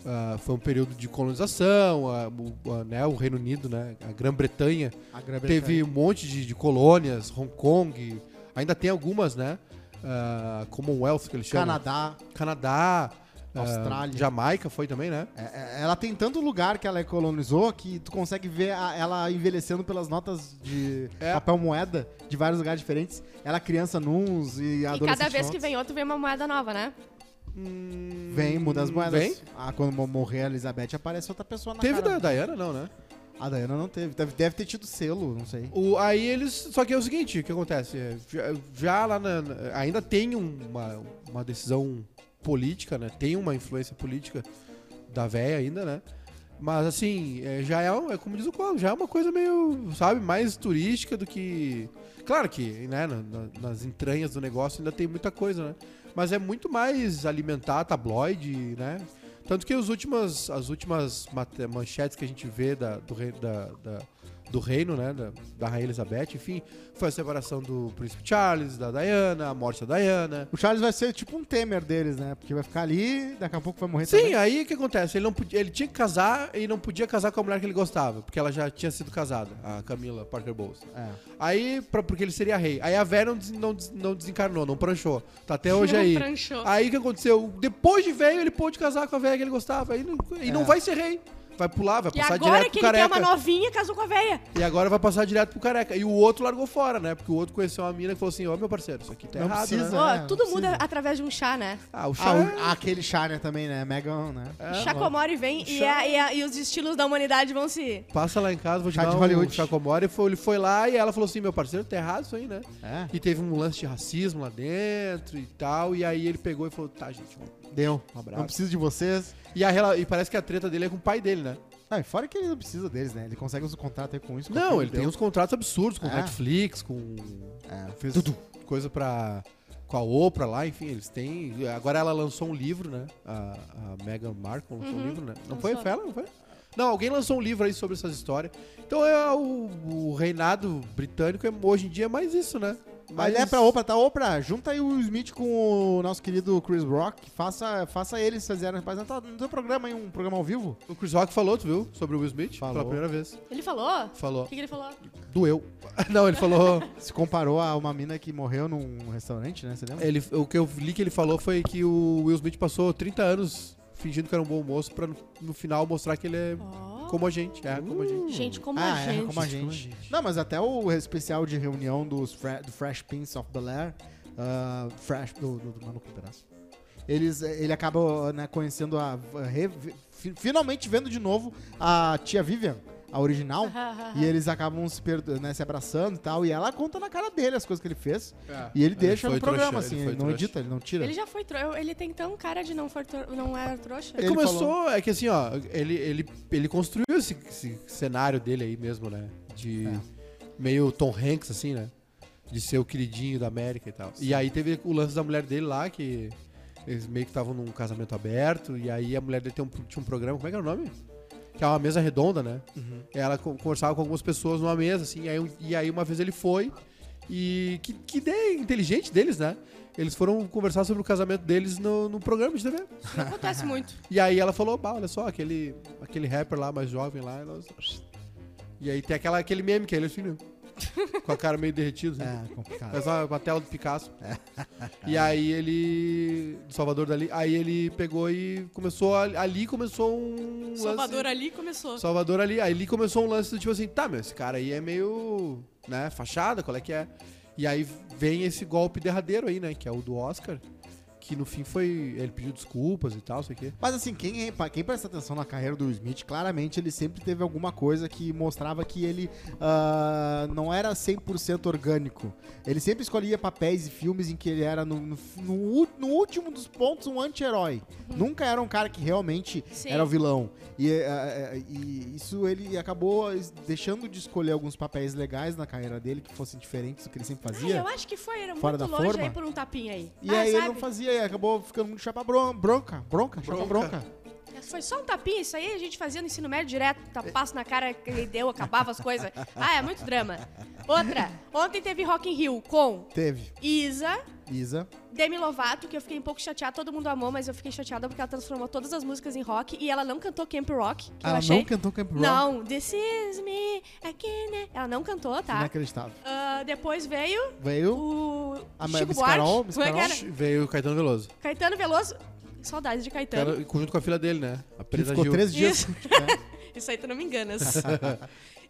S2: ah, foi um período de colonização, a- o, a- né, o Reino Unido, né, a Grã-Bretanha,
S1: A Grã-Bretanha.
S2: teve um monte de, de colônias, Hong Kong, ainda tem algumas, né, ah, Commonwealth que eles chamam.
S1: Canadá.
S2: Canadá,
S1: Austrália.
S2: ah, Jamaica foi também, né?
S1: É- é- Ela tem tanto lugar que ela colonizou que tu consegue ver a- ela envelhecendo pelas notas de
S2: É.
S1: papel moeda de vários lugares diferentes. Ela é criança nuns e
S3: E
S1: adolescente.
S3: cada vez que
S1: noutros.
S3: vem outro, vem uma moeda nova, né?
S1: Vem, muda as moedas.
S2: Vem?
S1: Ah, quando mo- morrer a Elizabeth, aparece outra pessoa na
S2: Teve da
S1: cara.
S2: Diana, não, né?
S1: A Diana não teve. Deve, deve ter tido selo, não sei.
S2: O, aí eles. Só que é o seguinte, o que acontece? É, já, já lá na, na- Ainda tem uma, uma decisão política, né? Tem uma influência política da véia ainda, né? Mas assim, é, já é, um- é como diz o Cláudio, já é uma coisa meio, sabe, mais turística do que. Claro que, né, na- na- nas entranhas do negócio ainda tem muita coisa, né? Mas é muito mais alimentar tabloide, né? Tanto que os últimas, as últimas mate- manchetes que a gente vê da, do, rei- da- da- do reino, né? Da, da Rainha Elizabeth, enfim, foi a separação do príncipe Charles, da Diana, a morte da Diana.
S1: O Charles vai ser tipo um Temer deles, né? Porque vai ficar ali, daqui a pouco vai morrer
S2: Sim,
S1: também.
S2: aí o que acontece? Ele, não podia, ele tinha que casar e não podia casar com a mulher que ele gostava, porque ela já tinha sido casada, a Camila Parker Bowles.
S1: É.
S2: Aí, pra- porque ele seria rei. Aí a Vera não, des- não, des- não desencarnou, não pranchou. Tá até
S3: <laughs>
S2: hoje aí.
S3: pranchou.
S2: Aí o que aconteceu? Depois de velho, ele pôde casar com a velha que ele gostava. E não, e
S1: É.
S2: não vai ser rei. Vai pular, vai
S3: E
S2: passar
S3: agora
S2: direto
S3: que
S2: pro
S3: ele quer uma
S2: careca.
S3: novinha, casou com a velha.
S2: E agora vai passar direto pro careca. E o outro largou fora, né? Porque o outro conheceu uma mina que falou assim: Ó, meu parceiro, isso aqui tá
S1: Não
S2: errado.
S1: precisa.
S2: Né?
S3: Ó,
S1: é,
S3: tudo
S1: não
S3: muda
S1: precisa.
S3: através de um chá, né?
S2: Ah, o
S1: Ah,
S2: chá.
S1: o- aquele Charles também, né? Megan, né?
S2: é- é,
S3: Chacomore
S1: Um
S3: vem e, a- e a- e os estilos da humanidade vão se...
S2: Passa lá em casa, vou te
S1: Chá
S2: dar
S1: de
S2: um
S1: Hollywood.
S2: chacomore. Foi- Ele foi lá e ela falou assim, meu parceiro, tá errado isso aí, né?
S1: É.
S2: E teve um lance de racismo lá dentro e tal. E aí ele pegou e falou, tá, gente, vamos-
S1: Deu.
S2: Um abraço.
S1: não preciso de vocês.
S2: E, a rela- e parece que a treta dele é com o pai dele, né?
S1: Não, e fora que ele não precisa deles, né? Ele consegue os contratos aí com isso. com
S2: Não,
S1: tudo,
S2: ele
S1: deu.
S2: tem uns contratos absurdos com
S1: É.
S2: Netflix, com. fez coisa pra. com a Oprah lá, enfim, eles têm. Agora ela lançou um livro, né? A, a Meghan Markle lançou um livro, né? Não foi?
S3: lançou.
S2: Foi ela? Não foi? Não, alguém lançou um livro aí sobre essas histórias. Então é o, o reinado britânico é, hoje em dia é mais isso, né?
S1: Mas
S2: Mais
S1: é pra Oprah, tá? Oprah, junta aí o Will Smith com o nosso querido Chris Rock. Faça, faça eles fazerem apresentar no teu programa aí, um programa ao vivo.
S2: O Chris Rock falou, tu viu? Sobre o Will Smith pela
S1: Falou.
S2: primeira vez.
S3: Ele falou? O
S2: Falou.
S3: que, que ele falou?
S2: Doeu. <laughs> Não, ele falou.
S1: Se comparou a uma mina que morreu num restaurante, né? Você lembra?
S2: Ele, o que eu li que ele falou foi que o Will Smith passou 30 anos fingindo que era um bom moço pra no, no final mostrar que ele é
S3: Ó.
S2: como a gente. É, como a gente.
S3: Gente, como
S1: Hum. ah,
S3: a
S1: é,
S3: gente.
S1: como a gente. Não, mas até o especial de reunião dos Fre- do Fresh Prince of Bel-Air, ah, Fresh, do, do, do Maluco no Pedaço, eles, ele acaba né, conhecendo a. a re- fi- finalmente vendo de novo a tia Vivian, a original.
S3: <laughs>
S1: e eles acabam se, perdo- né, se abraçando e tal. E ela conta na cara dele as coisas que ele fez. E ele deixa
S2: É. foi
S1: no programa,
S2: trouxa,
S1: assim.
S2: ele
S1: Ele,
S2: foi
S1: não
S2: trouxa.
S1: edita, ele não tira.
S3: Ele já foi trouxa. Ele tem tão cara de não, for tro- não
S1: <laughs>
S3: é trouxa.
S1: Ele
S2: Começou,
S1: falou-
S2: é que assim, ó, ele, ele, ele construiu esse, esse cenário dele aí mesmo, né? De
S1: É.
S2: meio Tom Hanks, assim, né? De ser o queridinho da América e tal. E aí teve o lance da mulher dele lá, que eles meio que estavam num casamento aberto, e aí a mulher dele tem um, tinha um programa, como é que era o nome? Que é uma mesa redonda, né?
S1: Uhum.
S2: Ela co- conversava com algumas pessoas numa mesa, assim, e aí, um- e aí uma vez ele foi, e que, que ideia inteligente deles, né? Eles foram conversar sobre o casamento deles no, no programa de TV.
S3: Isso não acontece muito.
S2: E aí ela falou, bah, olha só, aquele, aquele rapper lá, mais jovem lá. e nós- E aí tem aquela, aquele meme que é ele assim, né? com a cara meio derretida.
S1: <laughs>
S2: Assim.
S1: É complicado. É.
S2: Parece uma, uma tela do Picasso. E aí ele... do Salvador Dali. Aí ele pegou e começou... a- Ali começou um lance...
S3: Salvador ali começou.
S2: Salvador ali. Aí ele começou um lance do tipo assim, tá, meu, esse cara aí é meio, né, fachada, qual é que é? E aí vem esse golpe derradeiro aí, né, que é o do Oscar, que no fim foi, ele pediu desculpas e tal, sei o quê.
S1: Mas assim, quem, repa- quem presta atenção na carreira do Will Smith, claramente ele sempre teve alguma coisa que mostrava que ele ah, não era 100% orgânico. Ele sempre escolhia papéis e filmes em que ele era, no, no- no ú- no último dos pontos, um anti-herói. Nunca era um cara que realmente
S3: Uhum. Sim.
S1: era o vilão. E, eh, ah, eh, e isso ele acabou es- deixando de escolher alguns papéis legais na carreira dele, que fossem diferentes do que ele sempre
S3: Ah,
S1: fazia.
S3: eu acho que foi, era
S1: Fora
S3: muito
S1: da
S3: longe
S1: forma?
S3: aí por um tapinha aí.
S1: E
S3: ah,
S1: aí ele
S3: sabe?
S1: não fazia, e acabou ficando muito chapa bron- bronca, bronca, chapa
S2: Bronca.
S1: bronca.
S3: Foi só um tapinha, isso aí a gente fazia no ensino médio direto, tapaço na cara que ele deu, acabava as coisas. Ah, é muito drama. Outra, ontem teve Rock in Rio com
S1: Teve.
S3: Isa,
S1: Isa.
S3: Demi Lovato, que eu fiquei um pouco chateada, todo mundo amou, mas eu fiquei chateada porque ela transformou todas as músicas em rock e ela não cantou Camp Rock, que eu
S1: Ela
S3: achei.
S1: não cantou Camp Rock.
S3: Não, This Is Me, again. Ela não cantou,
S1: é
S3: tá?
S1: Inacreditável.
S3: Ah, depois veio
S1: Veio.
S3: o
S1: A Ma-
S3: Chico
S1: Miss
S3: Buarque.
S1: Carol, Miss
S3: Como é que
S1: Carol.
S3: era?
S2: Veio o Caetano Veloso.
S3: Caetano Veloso. Saudades de Caetano.
S2: Cara, junto com a filha dele, né? A
S1: Que
S2: presa
S1: ficou
S2: Gil.
S1: três dias.
S3: Isso. <laughs> Isso aí tu não me enganas. <laughs>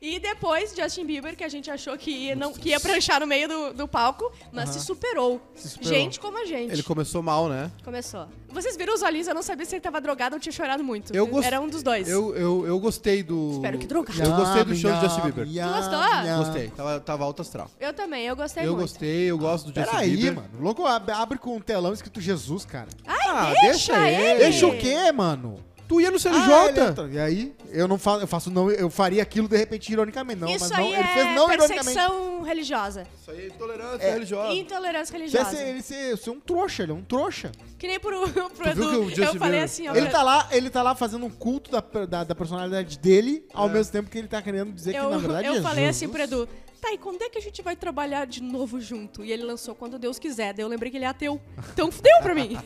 S3: e depois Justin Bieber, que a gente achou que ia, não, que ia pranchar no meio do, do palco, mas se, superou.
S1: Se superou.
S3: Gente como a gente.
S2: Ele começou mal, né?
S3: Começou. Vocês viram os olhinhos, eu não sabia se ele tava drogado ou tinha chorado muito.
S2: Eu gost-
S3: Era um dos dois.
S2: Eu, eu, eu gostei do...
S3: Espero que drogado.
S2: Eu gostei do show do Justin Bieber.
S1: Yum,
S3: gostou?
S1: yum.
S2: Gostei. Tava, tava alto astral.
S3: Eu também, eu gostei
S2: Eu
S3: muito.
S2: gostei, eu gosto do Justin
S1: Peraí,
S2: Bieber.
S1: mano. Louco, ab- abre com um telão escrito Jesus, cara.
S2: Ah,
S3: deixa ele. é
S1: Deixa o quê, mano?
S2: Tu ia no
S1: Ah, ele
S2: CNJ.
S1: entra- E aí, eu não faço, eu faço não, eu faria aquilo de repente ironicamente, não,
S3: Isso
S1: mas não,
S3: aí
S1: ele
S3: é
S1: fez não ironicamente.
S3: perseguição religiosa.
S2: Isso aí é intolerância religiosa.
S3: então. Intolerância
S1: Isso é
S3: religiosa.
S1: ser- Ele ser, ser um trouxa, ele é um trouxa.
S3: Que nem pro, <laughs> pro
S2: viu que o
S3: Edu.
S2: Justin
S3: Eu falei
S2: Bieber-
S3: assim, ó.
S1: Ele
S3: pra-
S1: tá, lá, ele tá lá fazendo um culto da, da, da personalidade dele, ao mesmo tempo que ele tá querendo dizer que,
S3: É. Eu,
S1: na verdade, é
S3: eu
S1: Jesus.
S3: falei assim pro Edu, tá, e quando é que a gente vai trabalhar de novo junto? E ele lançou quando Deus quiser, daí eu lembrei que ele é ateu. Então fudeu pra mim.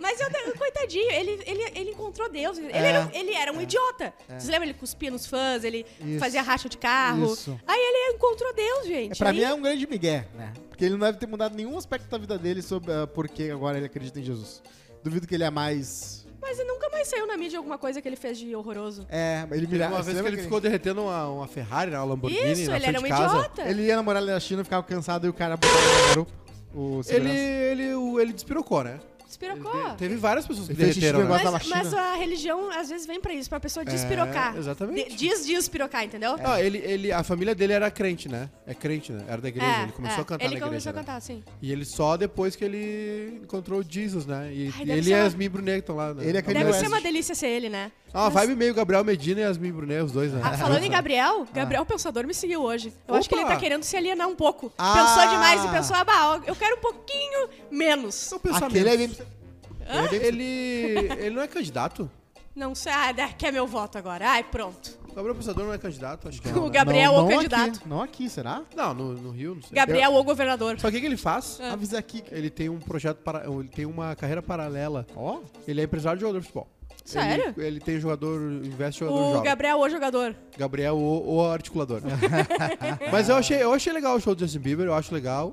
S3: Mas eu, coitadinho, ele, ele, ele encontrou Deus. Ele, era, ele era um idiota. Vocês lembram? Ele cuspia nos fãs, ele
S1: Isso.
S3: fazia racha de carro.
S1: Isso.
S3: Aí ele encontrou Deus, gente.
S1: É, pra
S3: Aí-
S1: mim é um grande migué, né? Porque ele não deve ter mudado nenhum aspecto da vida dele sobre ah, por que agora ele acredita em Jesus. Duvido que ele é mais.
S3: Mas ele nunca mais saiu na mídia alguma coisa que ele fez de horroroso.
S1: É, ele
S2: Teve
S1: mirava.
S2: uma vez que ele ficou derretendo uma, uma Ferrari, né, uma Lamborghini
S3: Isso,
S2: na
S3: ele
S2: frente
S3: era um
S2: de casa.
S3: idiota.
S1: Ele ia namorar ali na China, ficava cansado e o cara botava ele na garupa. O
S2: Ele,
S1: segurança.
S2: ele, o- ele despirocou, né?
S3: Despirocou.
S2: Te- Teve várias pessoas que
S1: Ele fez xixi
S2: derreteram,
S1: no
S2: né?
S1: negócio. Mas
S3: Mas,
S1: na
S3: mas
S1: China-
S3: a religião às vezes vem pra isso, pra pessoa despirocar.
S2: exatamente.
S3: De- diz despirocar, entendeu?
S2: Ah, ele, ele, a família dele era crente, né? É crente, né? Era da igreja. ele começou
S3: é.
S2: a cantar
S3: Ele
S2: na igreja.
S3: começou a
S2: né?
S3: cantar, sim.
S2: E ele só depois que ele encontrou o Jesus, né? E
S3: Ai,
S2: e
S3: deve
S2: ele
S3: ser
S2: e a
S3: uma-
S2: Yasmin Brunet estão lá, né?
S1: Ele é aquele
S3: Deve
S1: Kanye
S3: ser
S1: West.
S3: uma delícia ser
S1: <laughs>
S3: ele, né?
S2: Ah, uma vibe meio Gabriel Medina e Yasmin Brunet, os dois, né?
S3: Ah, falando em Gabriel, Gabriel Pensador me seguiu hoje. Eu acho que
S2: Opa!
S3: ele tá querendo se alienar um pouco.
S1: Ah!
S3: Pensou demais e pensou, ah, bah, ó, eu quero um pouquinho menos.
S2: São pensamentos.
S1: Aquele é bem.
S2: Ele, ele não é candidato?
S3: Não sei, ah, dá- quer meu voto agora. Ai, pronto.
S2: Gabriel Pensador não é candidato, acho que
S3: o Gabriel, é
S1: não,
S3: o
S1: não
S3: candidato.
S1: Aqui, não aqui, será?
S2: Não, no, no Rio, não sei.
S3: Gabriel, Ah. o governador.
S2: Só que o que ele faz?
S1: Avisa aqui.
S2: Ele tem um projeto para, ele tem uma carreira paralela.
S1: Ó.
S2: Ele é empresário de jogador de futebol.
S1: é
S3: Sério?
S2: Ele, ele tem jogador, investe em jogador
S3: O
S2: jovem.
S3: Gabriel, o jogador.
S2: Gabriel o, o articulador. <laughs> Mas eu achei, eu achei legal o show do Justin Bieber, eu acho legal.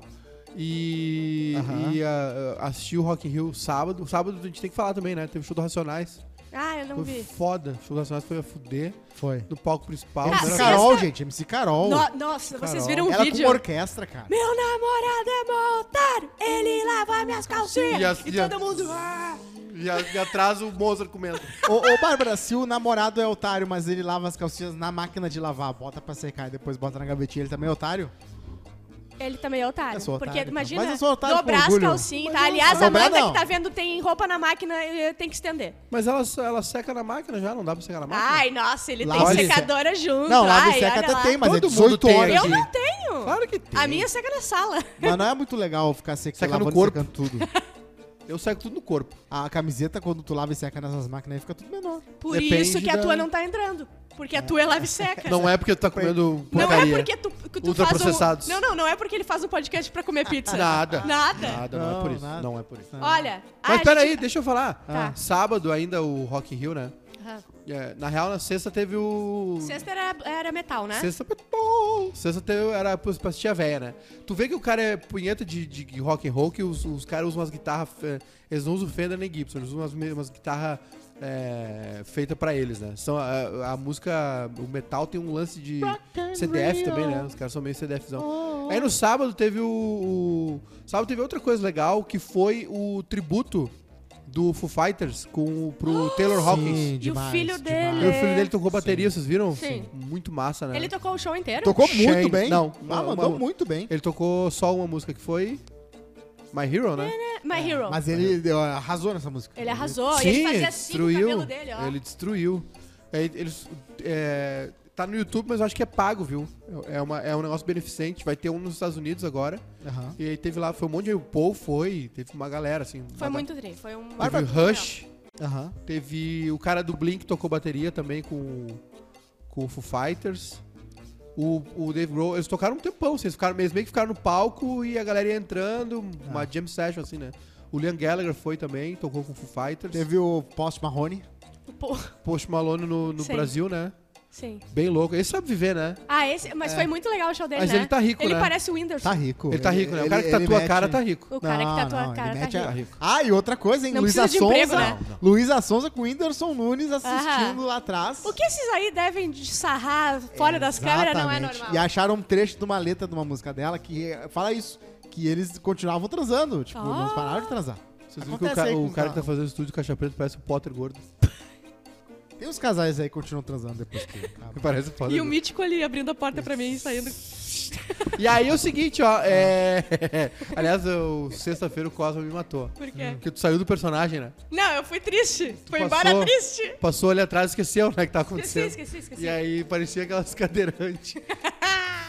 S2: E,
S1: Aham.
S2: e, ah, ah, assisti o Rock in Rio sábado. Sábado a gente tem que falar também, né? Teve o show do Racionais.
S3: Ah, eu não
S2: foi
S3: vi.
S2: foda. O show do Racionais foi a fuder
S1: Foi.
S2: no palco principal.
S3: Ah,
S1: MC
S3: sexta-
S1: Carol, gente. MC Carol.
S3: No- nossa, vocês
S2: Carol.
S3: viram o
S1: Ela com
S3: vídeo?
S1: uma orquestra, cara.
S3: Meu namorado é mó otário, ele lá vai me minhas calcinhas!
S2: E as-
S3: E
S2: e as-
S3: todo mundo. "Ah!"
S2: E, a- e atrás o Mozart comendo.
S1: Ô, ô Bárbara, se o namorado é otário, mas ele lava as calcinhas na máquina de lavar, bota pra secar e depois bota na gavetinha, ele também é otário?
S3: Ele também é otário.
S1: Eu sou
S3: porque
S1: otário, então.
S3: imagina,
S1: Mas eu sou otário com
S3: dobrar as
S1: orgulho. Mas
S3: calcinhas, tá?
S1: eu-
S3: Aliás, a
S1: Dobrar
S3: Amanda
S1: não.
S3: que tá vendo tem roupa na máquina, eh, tem que estender.
S2: Mas ela, ela seca na máquina já, não dá pra secar na máquina?
S3: Ai, nossa, ele
S1: Lava e
S3: tem
S1: seca.
S3: secadora junto.
S1: não, lava
S3: Ai,
S1: e seca
S3: olha
S1: até
S3: lá.
S1: tem, mas é
S2: Todo mundo
S1: 18
S2: tem
S1: horas.
S3: Eu
S2: aqui.
S1: de-
S3: não tenho.
S2: Claro que tem.
S3: A minha seca na sala.
S1: Mas não é muito legal ficar seca,
S2: Seca no
S1: lavando e
S2: corpo.
S1: secando tudo.
S2: Eu seco tudo no
S3: <laughs>
S2: corpo.
S1: A camiseta, quando tu lava e seca nessas máquinas, aí fica tudo menor.
S3: Por
S2: Depende
S3: isso que a
S2: da-
S3: tua não tá entrando. Porque a tua é lave e seca.
S2: Não é porque tu tá comendo
S3: Não
S2: porcaria.
S3: é porque tu, que tu faz
S2: Ultraprocessados.
S3: um... Não, não, não é porque ele faz um podcast pra comer pizza.
S2: Nada.
S3: Nada.
S2: Nada, não, é por
S1: Não,
S2: isso.
S1: nada.
S2: Não é por isso.
S3: Olha.
S2: Mas
S3: Ah, a
S2: peraí,
S3: gente-
S2: deixa eu falar.
S3: Tá.
S2: Sábado ainda o Rock in Rio, né? É, na real, na sexta teve o...
S3: Sexta era, era metal, né?
S2: Sexta metal. Sexta teve, era pros- pra assistir a véia, né? Tu vê que o cara é punheta de, de rock and roll, que os, os caras usam umas guitarras. eh, Eles não usam Fender nem Gibson, eles usam umas, me- umas guitarras é, feitas pra eles, né? São, a, a música. O metal tem um lance de CDF também, né? Os caras são meio
S3: Oh,
S2: CDFzão. Aí no sábado teve o, o- Sábado teve outra coisa legal que foi o tributo do Foo Fighters com, o-
S3: Ah,
S2: pro Taylor Hawkins.
S3: E o filho dele?
S2: E o filho dele tocou bateria, vocês viram?
S3: Sim.
S2: Muito massa, né?
S3: Ele tocou o show inteiro?
S1: Tocou
S2: Shane.
S1: muito bem.
S2: Não.
S1: Ah,
S2: Uma-
S1: mandou
S2: uma-
S1: muito bem.
S2: Ele tocou só uma música que foi My Hero, né?
S3: My Hero.
S1: Mas ele deu- arrasou nessa música.
S3: Ele arrasou. e ele fazia assim com o cabelo dele, ó.
S2: Ele destruiu. É, eles, é, tá no YouTube, mas eu acho que é pago, viu? É, uma, é um negócio beneficente. Vai ter um nos Estados Unidos agora.
S1: Aham.
S2: E aí teve lá, foi um monte de. O Paul foi, teve uma galera, assim.
S3: Foi
S2: uma-
S3: muito tri. Foi um...
S2: Teve o Rush,
S1: Aham.
S2: teve o cara do Blink tocou bateria também com, com o Foo Fighters. O, o Dave Grohl, eles tocaram um tempão, assim, eles, ficaram, eles meio que ficaram no palco e a galera ia entrando, uma jam session assim, né? O Liam Gallagher foi também, tocou com o Foo Fighters.
S1: Teve o Post Marrone.
S3: né? Pô, <laughs>
S2: Post Malone no, no
S3: Sim.
S2: Brasil, né?
S3: sim.
S2: Bem louco. Ele sabe viver, né?
S3: Ah, esse... Mas foi muito legal o show dele,
S2: Mas
S3: né?
S2: ele tá rico,
S3: Ele
S2: né?
S3: parece o Whindersson.
S1: Tá rico.
S2: Ele tá rico, né? O cara que
S1: ele
S2: tatua a
S1: mete-
S2: cara tá rico.
S3: O cara
S1: Não,
S3: que tá tua
S1: não,
S3: cara
S1: ele
S3: tá
S1: mete a-
S3: rico.
S1: Ah, e outra coisa, hein?
S3: Não
S1: Luísa
S3: precisa de
S1: Sonza.
S3: emprego, né?
S1: Luísa Sonza com o Whindersson Nunes assistindo lá atrás.
S3: O que esses aí devem de sarrar fora das câmeras não é
S1: Exatamente.
S3: normal.
S1: E acharam um trecho de uma letra de uma música dela que eh, fala isso. Que eles continuavam transando. Tipo, não
S3: Ah.
S1: pararam de transar.
S2: Vocês viram que o,
S1: Acontece
S2: ca-
S1: aí com
S2: o
S1: os
S2: cara que tá
S1: caras.
S2: fazendo estúdio Caixa Preta parece o Potter gordo.
S1: Tem uns casais aí que continuam transando depois que acaba.
S2: <laughs> Parece o Potter
S3: E o
S2: gordo.
S3: mítico ali abrindo a porta pra mim e saindo.
S2: E aí é o seguinte, ó. É... <laughs> Aliás, o sexta-feira o Cosmo me matou.
S3: Por quê?
S2: Porque tu saiu do personagem, né?
S3: Não, eu fui triste. Foi
S2: passou-
S3: embora triste.
S2: Passou ali atrás e esqueceu, né? Que tava
S3: Esqueci,
S2: acontecendo.
S3: esqueci, esqueci.
S2: E aí parecia aquelas cadeirantes.
S3: <laughs>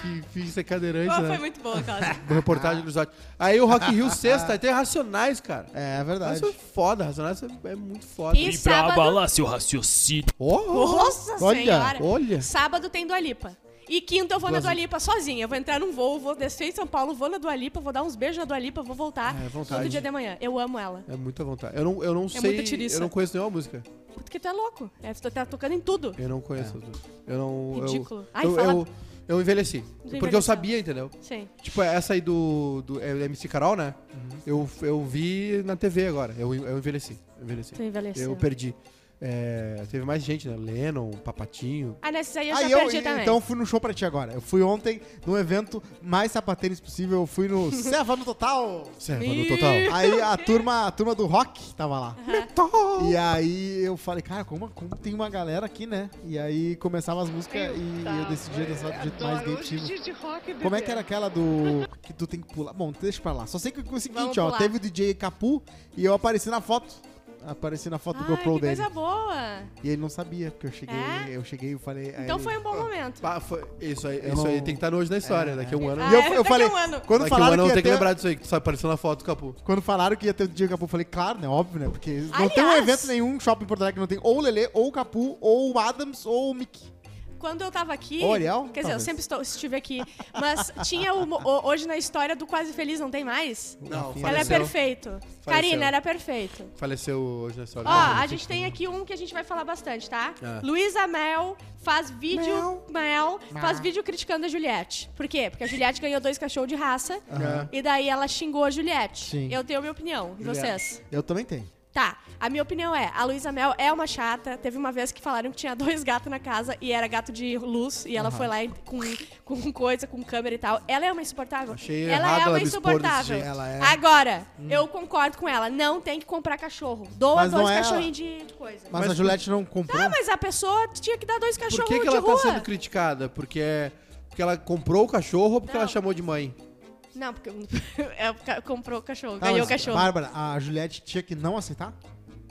S2: que finge ser cadeirante,
S3: Oh, foi
S2: né?
S3: muito boa
S2: <laughs>
S3: a casa.
S2: Uma Reportagem do Zote. Aí o Rock in Rio sexta, aí tem Racionais, cara.
S1: É, é verdade.
S2: Racionais foi foda, Racionais é é muito foda.
S3: E
S6: E pra
S3: sábado-
S6: abalar seu raciocínio.
S2: Oh,
S3: Nossa
S1: Olha,
S3: senhora.
S2: olha.
S3: Sábado tem Dua Lipa. E quinta eu vou na
S2: Duas-
S3: Dua Lipa sozinha. Eu vou entrar num voo, vou descer em São Paulo, vou na Dua Lipa, vou dar uns beijos na Dua Lipa, vou voltar.
S2: É, vontade.
S3: todo dia de manhã. Eu amo ela.
S2: É muita vontade. Eu não, eu não sei.
S3: É muita tiriça.
S2: Eu não conheço nenhuma música.
S3: Porque tu é louco. É, tu tá tocando em tudo.
S2: Eu não
S1: É.
S2: conheço as músicas. Eu não. eu-
S3: Ridículo.
S2: Eu,
S3: Ai,
S2: eu,
S3: fala-
S2: eu, envelheci. Porque
S3: envelheceu.
S2: eu sabia, entendeu?
S3: Sim.
S2: Tipo, essa aí do, do é, MC Carol, né?
S1: Uhum.
S2: Eu, eu vi na TV agora. Eu, eu envelheci. Eu envelheci.
S3: Tu envelheceu.
S2: Eu perdi. É, teve mais gente, né? Lennon, Papatinho.
S3: Ah, nessas aí eu já
S1: Aí eu,
S3: perdi também.
S1: então, fui no show pra ti agora. Eu fui ontem num evento mais sapatênis possível. Eu fui
S3: <laughs>
S1: no Seva no Total.
S2: Serva no total.
S1: Aí a turma, a turma do rock tava lá. Metal! E aí eu falei, cara, como, como tem uma galera aqui, né? E aí começava as músicas e
S3: tá.
S1: eu decidi dançar do jeito mais gay possível. Como é que era aquela do. que tu tem que pular? Bom, deixa pra lá. Só sei que foi o seguinte, ó.
S3: pular.
S1: Teve o DJ Capu e eu apareci na foto. Apareci na foto do
S3: Ai, Ah, que
S1: GoPro dele.
S3: coisa boa.
S1: E ele não sabia, porque eu cheguei,
S3: É?
S1: eu cheguei e falei. aí
S3: Então
S1: ele-
S3: foi um bom momento.
S2: Pá, foi- isso aí,
S1: Eu
S2: isso aí
S1: não-
S2: tem que estar hoje na história. Daqui a um ano.
S3: Ah,
S1: E eu,
S3: é,
S1: eu
S3: daqui a
S1: falei,
S3: um ano.
S1: quando
S2: Daqui a um
S1: falaram
S2: ano eu
S1: que
S2: vou
S1: ia
S2: ter que
S1: ter,
S2: lembrar disso aí, que só apareceu na foto do capô.
S1: Quando falaram que ia ter o DJ Capu, eu falei, claro, né? Óbvio, né? Porque não tem um
S3: Aliás-
S1: evento nenhum, shopping em Porto Alegre, que não tem ou o Lelê, ou o Capu, ou o Adams, ou o Mickey.
S3: Quando eu tava aqui.
S1: Ô, Ariel,
S3: quer dizer, eu
S1: talvez.
S3: sempre estou- estive aqui. Mas tinha o, o- hoje na história do Quase Feliz, não tem mais?
S2: Não,
S3: Ela é
S2: faleceu.
S3: perfeito. Karina, era perfeito.
S2: Faleceu hoje na história.
S3: Ó, a gente tem aqui um que a gente vai falar bastante, tá?
S2: Ah.
S3: Luísa Mel faz vídeo. Mel, faz vídeo criticando a Juliette. Por quê? Porque a Juliette ganhou dois cachorros de raça.
S2: Aham.
S3: E daí ela xingou a Juliette.
S1: Sim.
S3: Eu tenho a minha opinião. E
S2: Juliette.
S3: vocês?
S1: Eu também tenho.
S3: Tá. A minha opinião é, a Luísa Mel é uma chata. Teve uma vez que falaram que tinha <laughs> dois gatos na casa e era gato de luz e ela foi lá e- com, com coisa, com câmera e tal. Ela é uma insuportável.
S2: Achei
S3: ela
S2: errado
S3: é
S2: ela
S3: uma
S2: me expor desse
S3: insuportável.
S2: jeito.
S1: Ela é.
S3: Agora, eu concordo com ela. Não tem que comprar cachorro. Doa
S1: Mas
S3: dois
S1: não é
S3: cachorrinhos de, de coisa.
S1: Mas,
S2: Mas
S1: a
S2: por-
S1: Juliette não comprou.
S3: Ah, mas a pessoa tinha que dar dois
S2: Por
S3: cachorros
S2: que, que
S3: de
S2: ela
S3: rua.
S2: tá sendo criticada? Porque é. Porque ela comprou o cachorro ou porque
S3: Não.
S2: ela chamou de mãe?
S3: Não, porque <laughs> é, ca- comprou o cachorro,
S1: Tá,
S3: ganhou o
S1: mas,
S3: cachorro.
S1: Bárbara, a Juliette tinha que não aceitar?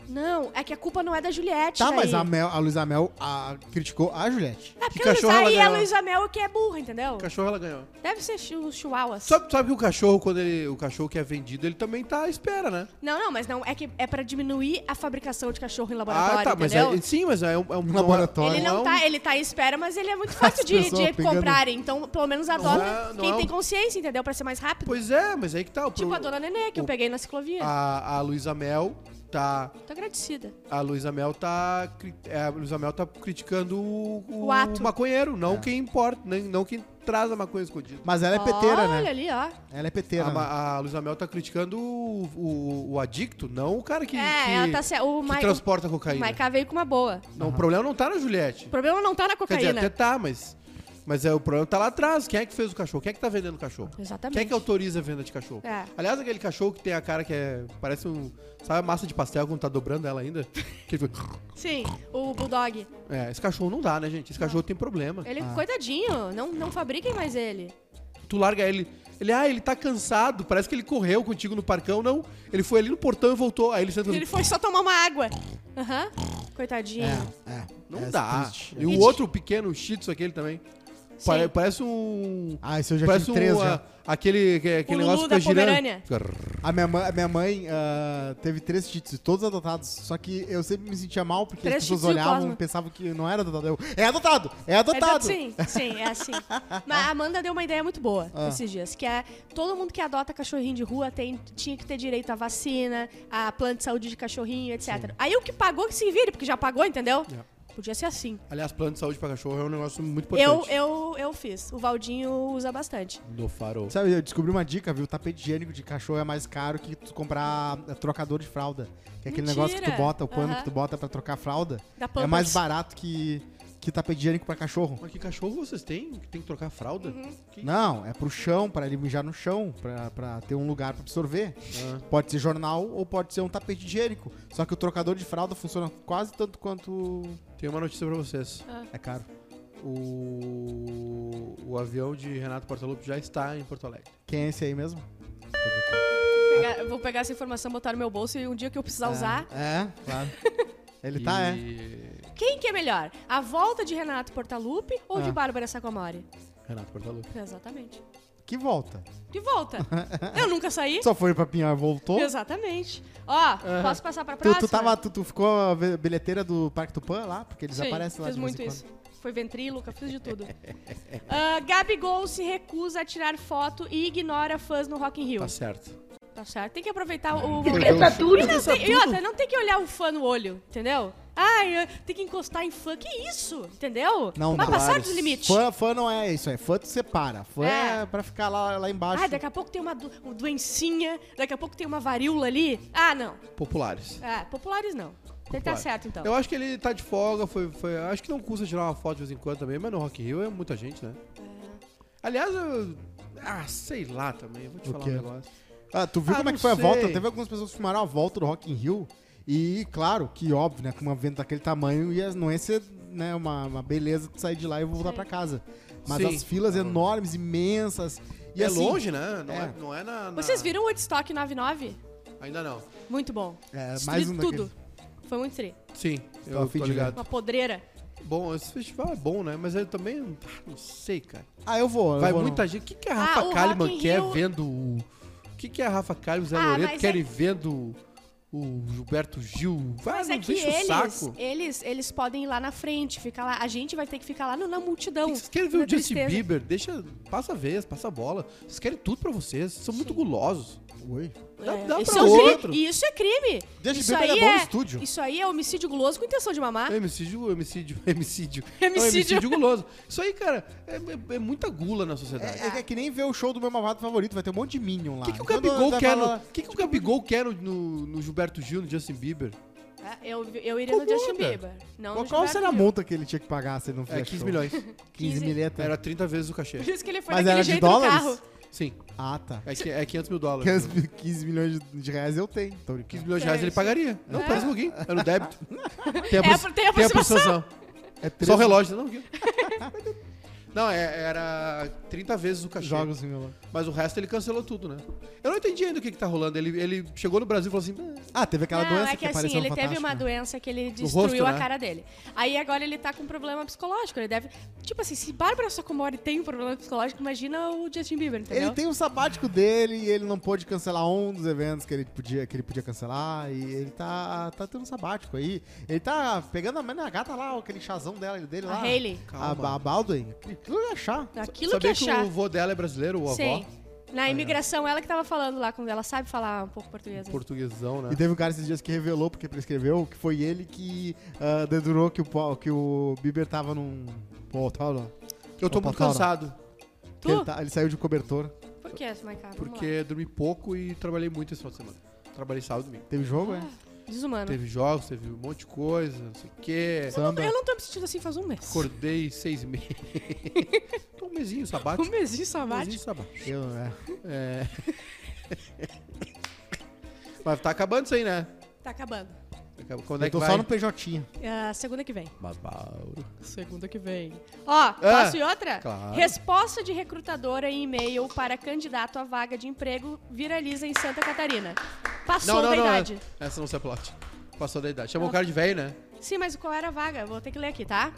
S3: Não, é que a culpa não é da Juliette.
S1: Tá,
S3: daí.
S1: mas a, Mel, a Luísa Mel a- criticou a Juliette.
S3: É porque
S2: Que cachorro ela
S3: aí a
S2: ganhou?
S3: Luísa Mel que é burra, entendeu?
S2: O cachorro ela ganhou.
S3: Deve ser assim. chi- os chihuahuas.
S2: Sabe, sabe que o cachorro, quando ele. O cachorro que é vendido, ele também tá à espera, né?
S3: Não, não, mas não. É que é pra diminuir a fabricação de cachorro em laboratório,
S2: Ah, tá, mas
S3: entendeu?
S2: é, sim, mas é um, é um não é-
S1: laboratório.
S3: Ele
S2: é
S3: não
S2: um-
S3: tá, ele tá à espera, mas ele
S2: <laughs>
S3: é muito fácil de,
S1: pessoas
S3: de
S1: pegando-
S3: comprarem. Então, pelo menos adota
S2: é- não
S3: quem
S2: é um-
S3: tem consciência, entendeu? Pra ser mais rápido.
S2: Pois é, mas aí que tá. O
S3: tipo
S2: pro-
S3: a dona Nenê, que eu
S2: o- Ah.
S3: peguei na ciclovia.
S2: a, a Luísa Mel tá.
S3: Tô agradecida.
S2: A Luísa Mel tá. cri- é, A Luísa Mel tá criticando o,
S3: O ato.
S2: maconheiro, não quem importa, nem, não quem traz a maconha escondida.
S1: Mas ela é peteira,
S3: Olha
S1: né?
S3: ali, ó.
S1: Ela é peteira.
S2: A,
S1: né?
S2: ma- a Luísa Mel tá criticando o, o, o adicto, não o cara que,
S3: é,
S2: que-
S3: ela tá certa. O
S2: que
S3: Mike.
S2: transporta
S3: O
S2: cocaína.
S3: Maiká veio com uma boa.
S2: Não, O problema não tá na Juliette.
S3: O problema não tá na
S2: Quer dizer,
S3: cocaína.
S2: até tá, mas. Mas é, o problema tá lá atrás. Quem é que fez o cachorro? Quem é que tá vendendo o cachorro?
S3: Exatamente.
S2: Quem é que autoriza a venda de cachorro?
S3: É.
S2: Aliás, aquele cachorro que tem a cara que é. Parece um. Sabe a massa de pastel quando tá dobrando ela
S3: <laughs>
S2: ainda? Que ele fica-
S3: Sim, o Bulldog.
S2: É, esse cachorro não dá, né, gente? Esse cachorro tem problema.
S3: Ele, coitadinho, não, não fabriquem mais ele.
S2: Tu larga ele. Ele, ah, ele tá cansado. Parece que ele correu contigo no parcão. Não, ele foi ali no portão e voltou. Aí ele senta.
S3: Ele foi só tomar uma água. Aham. Coitadinho.
S1: É,
S2: Não
S1: é
S2: dá.
S1: triste.
S2: E o outro pequeno, o Shih Tzu, aquele também.
S3: Sim.
S2: Pare- parece um.
S1: Ah, esse eu já
S2: parece
S1: tive três,
S2: um.
S1: já.
S2: ah, Aquele, que- aquele
S3: Lulu
S2: negócio
S3: da
S2: que fica girando.
S3: Pomerânia.
S2: Fica-
S1: A minha mãe, a minha mãe ah, teve três títulos, todos adotados. Só que eu sempre me sentia mal porque as
S3: Três
S1: pessoas
S3: shih tzu,
S1: olhavam e
S3: Cosma.
S1: pensavam que não era adotado. Eu, é adotado! É
S3: É
S1: adotado!
S3: sim, sim,
S1: <laughs>
S3: é assim. Mas a Amanda deu uma ideia muito boa
S1: Ah.
S3: esses dias, que é todo mundo que adota cachorrinho de rua tem, tinha que ter direito à vacina, a plano de saúde de cachorrinho, etc. Aí o que pagou que se vire, porque já pagou, entendeu?
S1: É.
S3: Podia ser assim.
S2: Aliás, plano de saúde pra cachorro é um negócio muito
S3: Eu,
S2: importante.
S3: eu, eu fiz. O Valdinho usa bastante.
S2: No farol.
S1: Sabe, eu descobri uma dica, viu? O tapete higiênico de cachorro é mais caro que tu comprar eh, trocador de fralda. Que é aquele
S3: Mentira.
S1: negócio que tu bota, o pano
S3: Aham.
S1: que tu bota pra trocar a fralda.
S3: Da
S1: É
S3: Pampers.
S1: mais barato que, que tapete higiênico pra cachorro.
S2: Mas que cachorro vocês têm? Que tem que trocar a fralda?
S3: Uhum.
S2: Que-
S1: Não, é pro chão, pra ele mijar no chão, pra, pra ter um lugar pra absorver.
S2: Ah.
S1: Pode ser jornal ou pode ser um tapete higiênico. Só que o trocador de fralda funciona quase tanto quanto.
S2: Tenho uma notícia pra vocês.
S3: Ah.
S1: É caro.
S2: O, o avião de Renato Portaluppi já está em Porto Alegre.
S1: Quem é esse aí mesmo?
S3: Pegar- eu vou pegar essa informação, botar no meu bolso e um dia que eu precisar usar.
S1: É,
S2: <laughs>
S1: claro. Ele tá, é.
S2: E-
S3: Quem que é melhor? A volta de Renato Portaluppi ou
S1: É.
S3: de Bárbara Sacomori?
S2: Renato Portaluppi.
S3: Exatamente.
S1: Que volta. <laughs>
S3: De volta. eu nunca saí.
S1: Só foi pra Pinhar e voltou.
S3: Exatamente. Ó, posso passar pra
S1: Tu,
S3: próxima?
S1: tu, tava, tu, tu ficou a be- bilheteira do Parque Tupã lá? Porque eles
S3: Sim,
S1: aparecem lá
S3: fiz
S1: de vez
S3: muito
S1: em
S3: isso.
S1: quando.
S3: Foi ventríloca, fiz de tudo. <laughs> Ah, Gabigol se recusa a tirar foto e ignora fãs no Rock in Rio.
S2: Tá certo.
S3: Tá certo. Tem que aproveitar o
S1: Meu
S3: momento.
S1: Deus.
S3: E não tem, e outra, não tem que olhar o fã no olho, entendeu? Ai, eu- tem que encostar em fã. Que isso? Entendeu?
S1: Não,
S3: Mas
S1: não.
S3: passar dos limites.
S1: Fã, fã não é isso, é fã tu separa. Fã é,
S3: É.
S1: pra ficar lá, lá embaixo.
S3: Ai, Ah, daqui a pouco tem uma do, uma doencinha, daqui a pouco tem uma varíola ali. Ah, não.
S2: Populares.
S3: Ah, populares não. Tem que tá
S2: Populares.
S3: certo, então.
S2: Eu acho que ele tá de folga, foi, foi- Acho que não custa tirar uma foto de vez em quando também, mas no Rock in Rio é muita gente, né?
S3: É.
S2: Aliás, eu. Ah, sei lá também, eu vou te
S1: O
S2: falar
S1: quê?
S2: um negócio.
S1: Ah, tu viu
S2: Ah,
S1: como é que
S2: não
S1: foi a
S2: sei.
S1: volta? Teve algumas pessoas que filmaram a volta do Rock in Rio. E, claro, que óbvio, né? Com uma venda daquele tamanho, ia, não ia ser né, uma, uma beleza tu sair de lá e voltar pra casa. Mas
S2: Sim.
S1: as filas enormes, imensas. E
S2: E é
S1: assim,
S2: longe, né? Não é,
S1: é.
S2: não é na, na-
S3: Vocês viram o Woodstock 99?
S2: Ainda não.
S3: Muito bom.
S1: É,
S3: Destruí
S1: mais um
S3: tudo.
S1: daqueles.
S3: Foi muito tri.
S2: Sim,
S1: Tô a
S2: eu
S1: fim Tá de
S2: tô
S1: ver.
S2: ligado.
S3: Uma podreira.
S2: Bom, esse festival é bom, né? Mas eu também. ah, Não sei, cara.
S1: Ah, eu vou. eu
S2: Vai
S1: vou no-
S2: muita gente. O que, que a
S3: Ah,
S2: Rafa
S3: o
S2: Kalimann
S3: Rock in
S2: quer
S3: Rio-
S2: vendo o. O que, que a Rafa Kalimann e o Zé
S3: Ah,
S2: Loreto
S3: mas
S2: querem
S3: é-
S2: vendo o Gilberto Gil? Vai,
S3: Mas
S2: Ah, não
S3: é que
S2: deixa o
S3: eles,
S2: saco.
S3: eles, eles podem ir lá na frente, ficar lá. A gente vai ter que ficar lá no- na multidão.
S2: Vocês querem ver
S3: na
S2: o Justin
S3: tristeza.
S2: Bieber? Deixa. Passa a vez, passa a bola. Vocês querem tudo pra vocês. Vocês são muito gulosos.
S1: Oi.
S2: Dá, dá
S3: Isso
S2: pra
S3: é um crime.
S2: outro.
S3: Isso é crime.
S1: Justin
S3: isso
S1: Bieber
S3: aí
S1: é bom no estúdio. É.
S3: Isso aí é homicídio guloso com intenção de mamar.
S2: É, Homicídio, homicídio, <laughs> homicídio. É um
S3: Homicídio.
S2: homicídio guloso. Isso aí, cara, é, é- é muita gula na sociedade.
S1: É, é que nem ver o show do meu malvado favorito, vai ter um monte de Minion lá.
S2: O que, que o
S1: Quando
S2: Gabigol
S1: vai
S2: quer
S1: lá-
S2: no, que que o Gabigol quer no, no- no Gilberto Gil, no Justin Bieber?
S3: Ah, Eu, eu iria
S2: Qual
S3: no Justin
S2: multa?
S3: Bieber. Não
S1: Qual,
S3: no
S1: qual
S3: Gilberto
S1: será a
S3: Gil.
S1: multa que ele tinha que pagar se ele não
S2: É
S1: fizesse
S2: 15 milhões.
S1: 15 milhões.
S2: Era 30 vezes o cachê.
S3: Por isso que ele foi
S1: Mas
S3: daquele
S1: era de
S3: jeito no
S1: dólares?
S3: carro.
S2: Sim.
S1: Ah, <laughs> tá.
S2: É, que- é 500 mil dólares.
S1: 15, 15 milhões de- de reais eu tenho. Tô
S2: 15
S1: brincando.
S2: milhões de reais ele pagaria. Não,
S3: É.
S2: parece um pouquinho. Era o débito.
S3: <laughs> É,
S2: pos-
S3: tem a
S2: tem a
S3: aproximação.
S2: aproximação.
S1: É
S2: Só o relógio, né? não. aqui. Não, é- era 30 vezes o cachê.
S1: jogos em meu
S2: Mas o resto ele cancelou tudo, né? Eu não entendi ainda o que, que tá rolando. Ele, ele chegou no Brasil e falou assim: "Ah,
S1: Ah, teve aquela
S3: não,
S1: doença
S3: é que,
S1: apareceu
S3: assim,
S1: no
S3: ele teve
S1: Fantástico,
S3: uma
S1: né?
S3: doenço que ele destruiu
S2: rosto,
S3: a
S2: né?
S3: cara dele. Aí agora ele tá com problema psicológico. Ele deve. Tipo assim, se Bárbara Sacomori tem um problema psicológico, imagina o Justin Bieber, entendeu?
S1: Ele tem um sabático dele e ele não pôde cancelar um dos eventos que ele podia, que ele podia cancelar. E ele tá, tá tendo um sabático aí. Ele tá pegando a mãe da gata lá, aquele chazão dela, dele
S3: A
S1: lá.
S3: Hailey.
S1: A,
S2: Ah,
S1: a Baldwin. Aquilo eu ia achar.
S3: Aquilo
S2: sabia
S3: que achar.
S2: o vô dela é brasileiro, o avô?
S3: Sim. Na imigração, ela que tava falando lá com ela sabe falar um pouco português. né?
S2: Portuguesão, né?
S1: E teve um cara esses dias que revelou, porque prescreveu, que foi ele que ah, dedurou que o, Paul- que o Bieber tava num. Pô, tava.
S2: Eu tô
S1: Opa,
S2: muito
S1: Taura.
S2: cansado,
S1: que Ele,
S3: Tu?
S1: tá- ele saiu de cobertor.
S3: Por que, Maicá? Vamos
S2: porque dormi pouco e trabalhei muito esse final de semana. Trabalhei sábado e domingo.
S1: Teve jogo, é?
S3: lá. Desumano.
S2: Teve jogos, teve um monte de coisa, não sei o quê.
S1: Samba.
S3: Eu não tô me sentindo assim faz um mês.
S2: Acordei seis
S3: <laughs>
S2: meses. um mesinho
S3: Um
S2: sabático.
S3: mesinho só
S2: Um
S3: bate.
S2: mesinho sabático.
S1: Eu, é.
S2: É. Mas tá acabando isso aí, né?
S3: Tá acabando.
S2: Acaba- Quando é
S1: Eu
S2: que
S1: tô
S2: vai?
S1: só no PJ.
S3: É, segunda que vem.
S2: Babauro.
S3: Segunda que vem. Ó, posso ir outra?
S2: É, claro.
S3: Resposta de recrutadora em e-mail para candidato à vaga de emprego viraliza em Santa Catarina. Passou
S2: Não, não,
S3: da
S2: não.
S3: idade. Ah.
S2: Essa não é se aplaude. Passou da idade. Chamou o cara de velho, né?
S3: Sim, mas qual era a vaga? Vou ter que ler aqui, tá?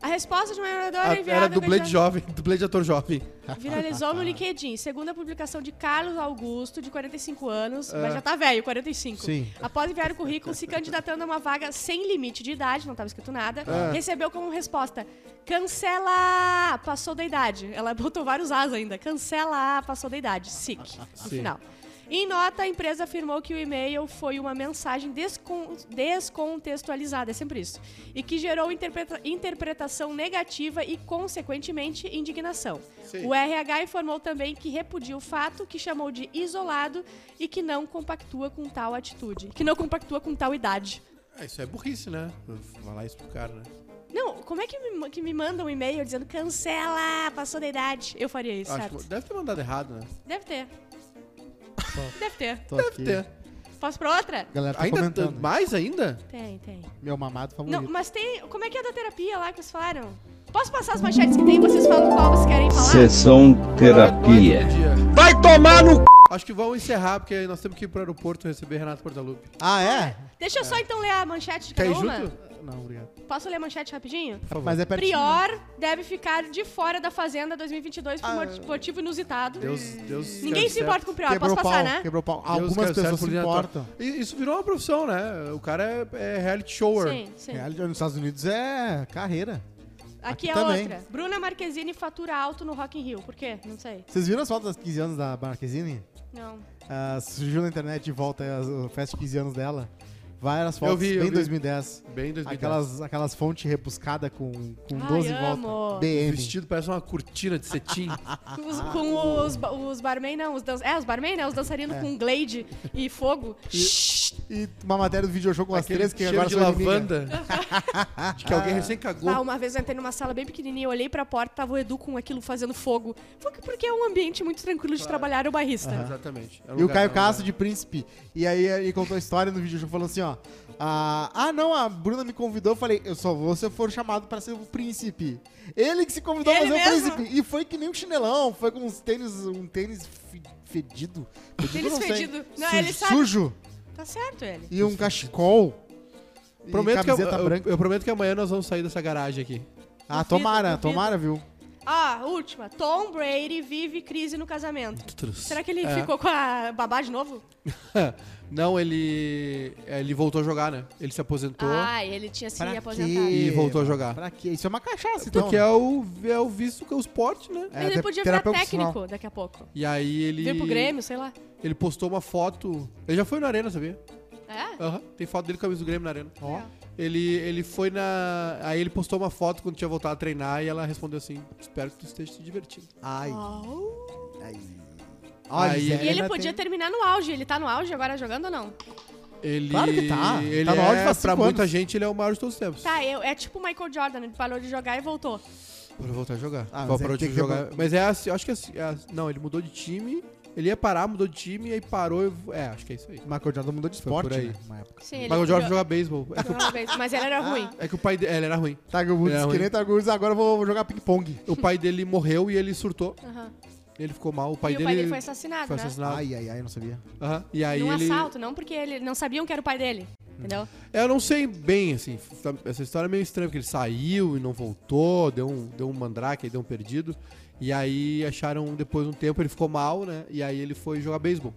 S3: A resposta de né, uma
S2: Ah,
S3: enviadora enviada...
S2: Era
S3: ao
S2: dublê de
S3: candidato-
S2: jovem, dublê de ator jovem.
S3: Viralizou no LinkedIn. Segunda publicação de Carlos Augusto, de 45 anos, mas já tá velho, 45.
S1: Sim.
S3: Após enviar o currículo, se candidatando a uma vaga sem limite de idade, não estava escrito nada, recebeu como resposta: cancela, passou da idade. Ela botou vários as ainda. Cancela, passou da idade. SIC, no
S2: Sim.
S3: final. Em nota, a empresa afirmou que o e-mail foi uma mensagem descon- descontextualizada, é sempre isso, e que gerou interpreta- interpretação negativa e, consequentemente, indignação.
S2: Sim.
S3: O RH informou também que repudia o fato, que chamou de isolado e que não compactua com tal atitude, que não compactua com tal idade.
S2: Ah, isso é burrice, né? Falar isso pro cara, né?
S3: Não, como é que me, ma- que me mandam um e-mail dizendo cancela, passou da idade? Eu faria isso, é
S2: Acho
S3: certo?
S2: que deve ter mandado errado, né?
S3: Deve ter. Deve ter.
S1: Tô
S2: Deve
S1: aqui.
S2: ter.
S3: Posso pra outra?
S1: A galera tá
S2: ainda
S1: comentando.
S2: t- mais ainda?
S3: Tem, tem.
S1: Meu mamado favorito.
S3: Não, mas tem. Como é que é da terapia lá que vocês falaram? Posso passar as manchetes que tem? Vocês falam qual vocês querem falar?
S5: Sessão
S2: Não é
S5: terapia.
S2: todo dia.
S5: Vai tomar no
S2: Acho que vamos encerrar, porque nós temos que ir pro aeroporto receber Renato Portaluppi.
S1: Ah, é?
S3: Deixa eu só então ler a manchete de
S2: Quer
S3: cada
S2: ir
S3: uma.
S2: junto?
S1: Não, obrigado.
S3: Posso ler a manchete rapidinho?
S2: Por favor.
S1: Mas é pertinho.
S3: Prior deve ficar de fora da Fazenda 2022
S1: Ah,
S3: por mo- motivo inusitado.
S2: Deus, Deus.
S3: Ninguém
S2: quero
S3: se
S2: certo.
S3: importa com o Prior.
S1: Quebrou
S3: Posso
S1: pau,
S3: passar, né?
S1: quebrou pau.
S2: Deus quero
S1: Algumas
S2: certo
S1: pessoas se
S2: por dentro.
S1: importam.
S2: E Isso virou uma profissão, né? O cara é, é reality shower.
S3: Sim, sim.
S1: Reality nos Estados Unidos é carreira. aqui
S3: Aqui é
S1: também.
S3: outra. Bruna Marquezine fatura alto no Rock in Rio. Por quê? Não sei.
S1: Vocês viram as fotos das 15 anos da Marquezine?
S3: Não.
S1: Ah, surgiu na internet de volta eh, as- o festa de 15 anos dela. Várias fotos
S2: vi, eu
S1: bem
S2: vi.
S1: 2010.
S2: Bem 2010.
S1: Aquelas, aquelas fontes rebuscadas com, com
S3: Ai,
S1: 12
S3: amo.
S1: voltas.
S2: O
S1: BM.
S2: vestido parece uma cortina de cetim.
S1: Ah,
S3: Com os, com os, ba- os barman, não. Os dan- É, os barman, né? Os dançarinos com glade e fogo. Shhh.
S1: É. E uma matéria do videojogo <laughs> com as
S2: Aquele
S1: três que
S2: cheiro
S1: agora
S2: de
S1: são inimigas.
S3: <laughs>
S2: lavanda. de que alguém recém cagou.
S3: Ah, uma vez eu entrei numa sala bem pequenininha, eu olhei pra porta, tava o Edu com aquilo fazendo fogo. Foi que- porque é um ambiente muito tranquilo de trabalhar o barrista. né?
S2: Exatamente. Era um
S1: E o
S2: lugar-
S1: Caio
S2: era um
S1: Castro
S2: lugar.
S1: de Príncipe. E aí ele contou a história no vídeo show falando assim, ó. Ah, ah, não, a Bruna me convidou. Eu falei, eu só vou se eu for chamado pra ser o príncipe. Ele que se convidou pra
S3: Ele
S1: ser
S3: mesmo?
S1: o príncipe. E foi que nem um chinelão, foi com uns tênis, um tênis fe- fedido.
S3: Tênis
S1: não sei.
S3: fedido. Não,
S1: Su-
S3: ele sabe-
S1: Sujo.
S3: Tá certo ele.
S1: E um cachecol. E
S2: Prometo que, eu,
S1: camiseta
S2: eu-
S1: branca.
S2: eu prometo que amanhã nós vamos sair dessa garagem aqui.
S1: Ah,
S3: duvido,
S1: tomara,
S3: duvido.
S1: tomara, viu?
S3: Ó, última. Tom Brady vive crise no casamento. Será que ele
S2: É.
S3: ficou com a babá de novo?
S2: Não, ele. Ele voltou a jogar, né? Ele se aposentou.
S3: Ah, ele tinha se aposentado.
S2: E voltou a jogar.
S1: Pra quê? Isso é uma cachaça, então.
S2: Porque é o, é o visto que é o esporte, né?
S1: É,
S3: Mas ele
S1: te-
S3: podia virar
S1: terapeuta
S3: técnico
S1: funcional.
S3: daqui a pouco.
S2: E aí ele.
S3: Vir pro Grêmio, sei lá.
S2: Ele postou uma foto. Ele já foi na arena, sabia?
S3: É?
S2: Aham. Tem foto dele com a camisa do Grêmio na arena.
S1: Ó.
S2: Ele, ele foi na. Aí ele postou uma foto quando tinha voltado a treinar e ela respondeu assim: Espero que tu esteja se divertindo.
S1: Ai, ai.
S2: Aí-
S1: Zé,
S3: E ele
S1: ainda
S3: podia
S1: tem- é
S3: terminar no auge. Ele tá no auge agora jogando ou não?
S2: Ele,
S1: Claro que tá.
S2: Ele
S1: Tá no auge
S2: é,
S1: faz
S2: pra
S1: cinco
S2: muita
S1: anos.
S2: gente, ele é o maior de todos os tempos.
S3: Tá, eu- é tipo o Michael Jordan, ele parou de jogar e voltou.
S2: Pra voltar a jogar.
S1: Ah,
S2: Pra
S1: mas é
S2: parar
S1: que tem
S2: de
S1: que
S2: jogar.
S1: ter-
S2: Mas é assim, eu acho que é assim. é assim- não, ele mudou de time. Ele ia parar, mudou de time, aí parou e. É, acho que é isso aí.
S1: Michael Jordan mudou de
S2: Foi
S1: esporte,
S2: por aí.
S1: né? Uma época.
S3: Sim, ele
S2: Michael Jordan
S3: jo-
S2: joga
S3: <laughs>
S2: beisebol. É que,
S3: jogava bem, Mas ele era ruim.
S2: é que o pai dele. Ele era ruim.
S1: Tiger Woods,
S2: Ele é
S1: que
S2: ruim.
S1: nem Tiger Woods, agora eu vou jogar ping-pong.
S2: O pai dele morreu e ele surtou.
S3: Aham.
S2: Ele ficou mal. O pai
S3: e
S2: dele.
S3: o pai dele foi assassinado,
S2: foi
S3: né?
S2: assassinado.
S1: Ai, ai, ai, não sabia.
S2: Aham. E aí
S3: Num
S2: ele.
S3: assalto, não porque ele não sabiam que era o pai dele. Entendeu?
S2: É, Eu não sei bem, assim, f- tá- essa história é meio estranha, porque ele saiu e não voltou, deu um, deu um mandrake, aí deu um perdido. E aí acharam, depois de um tempo, ele ficou mal, né? E aí ele foi jogar beisebol.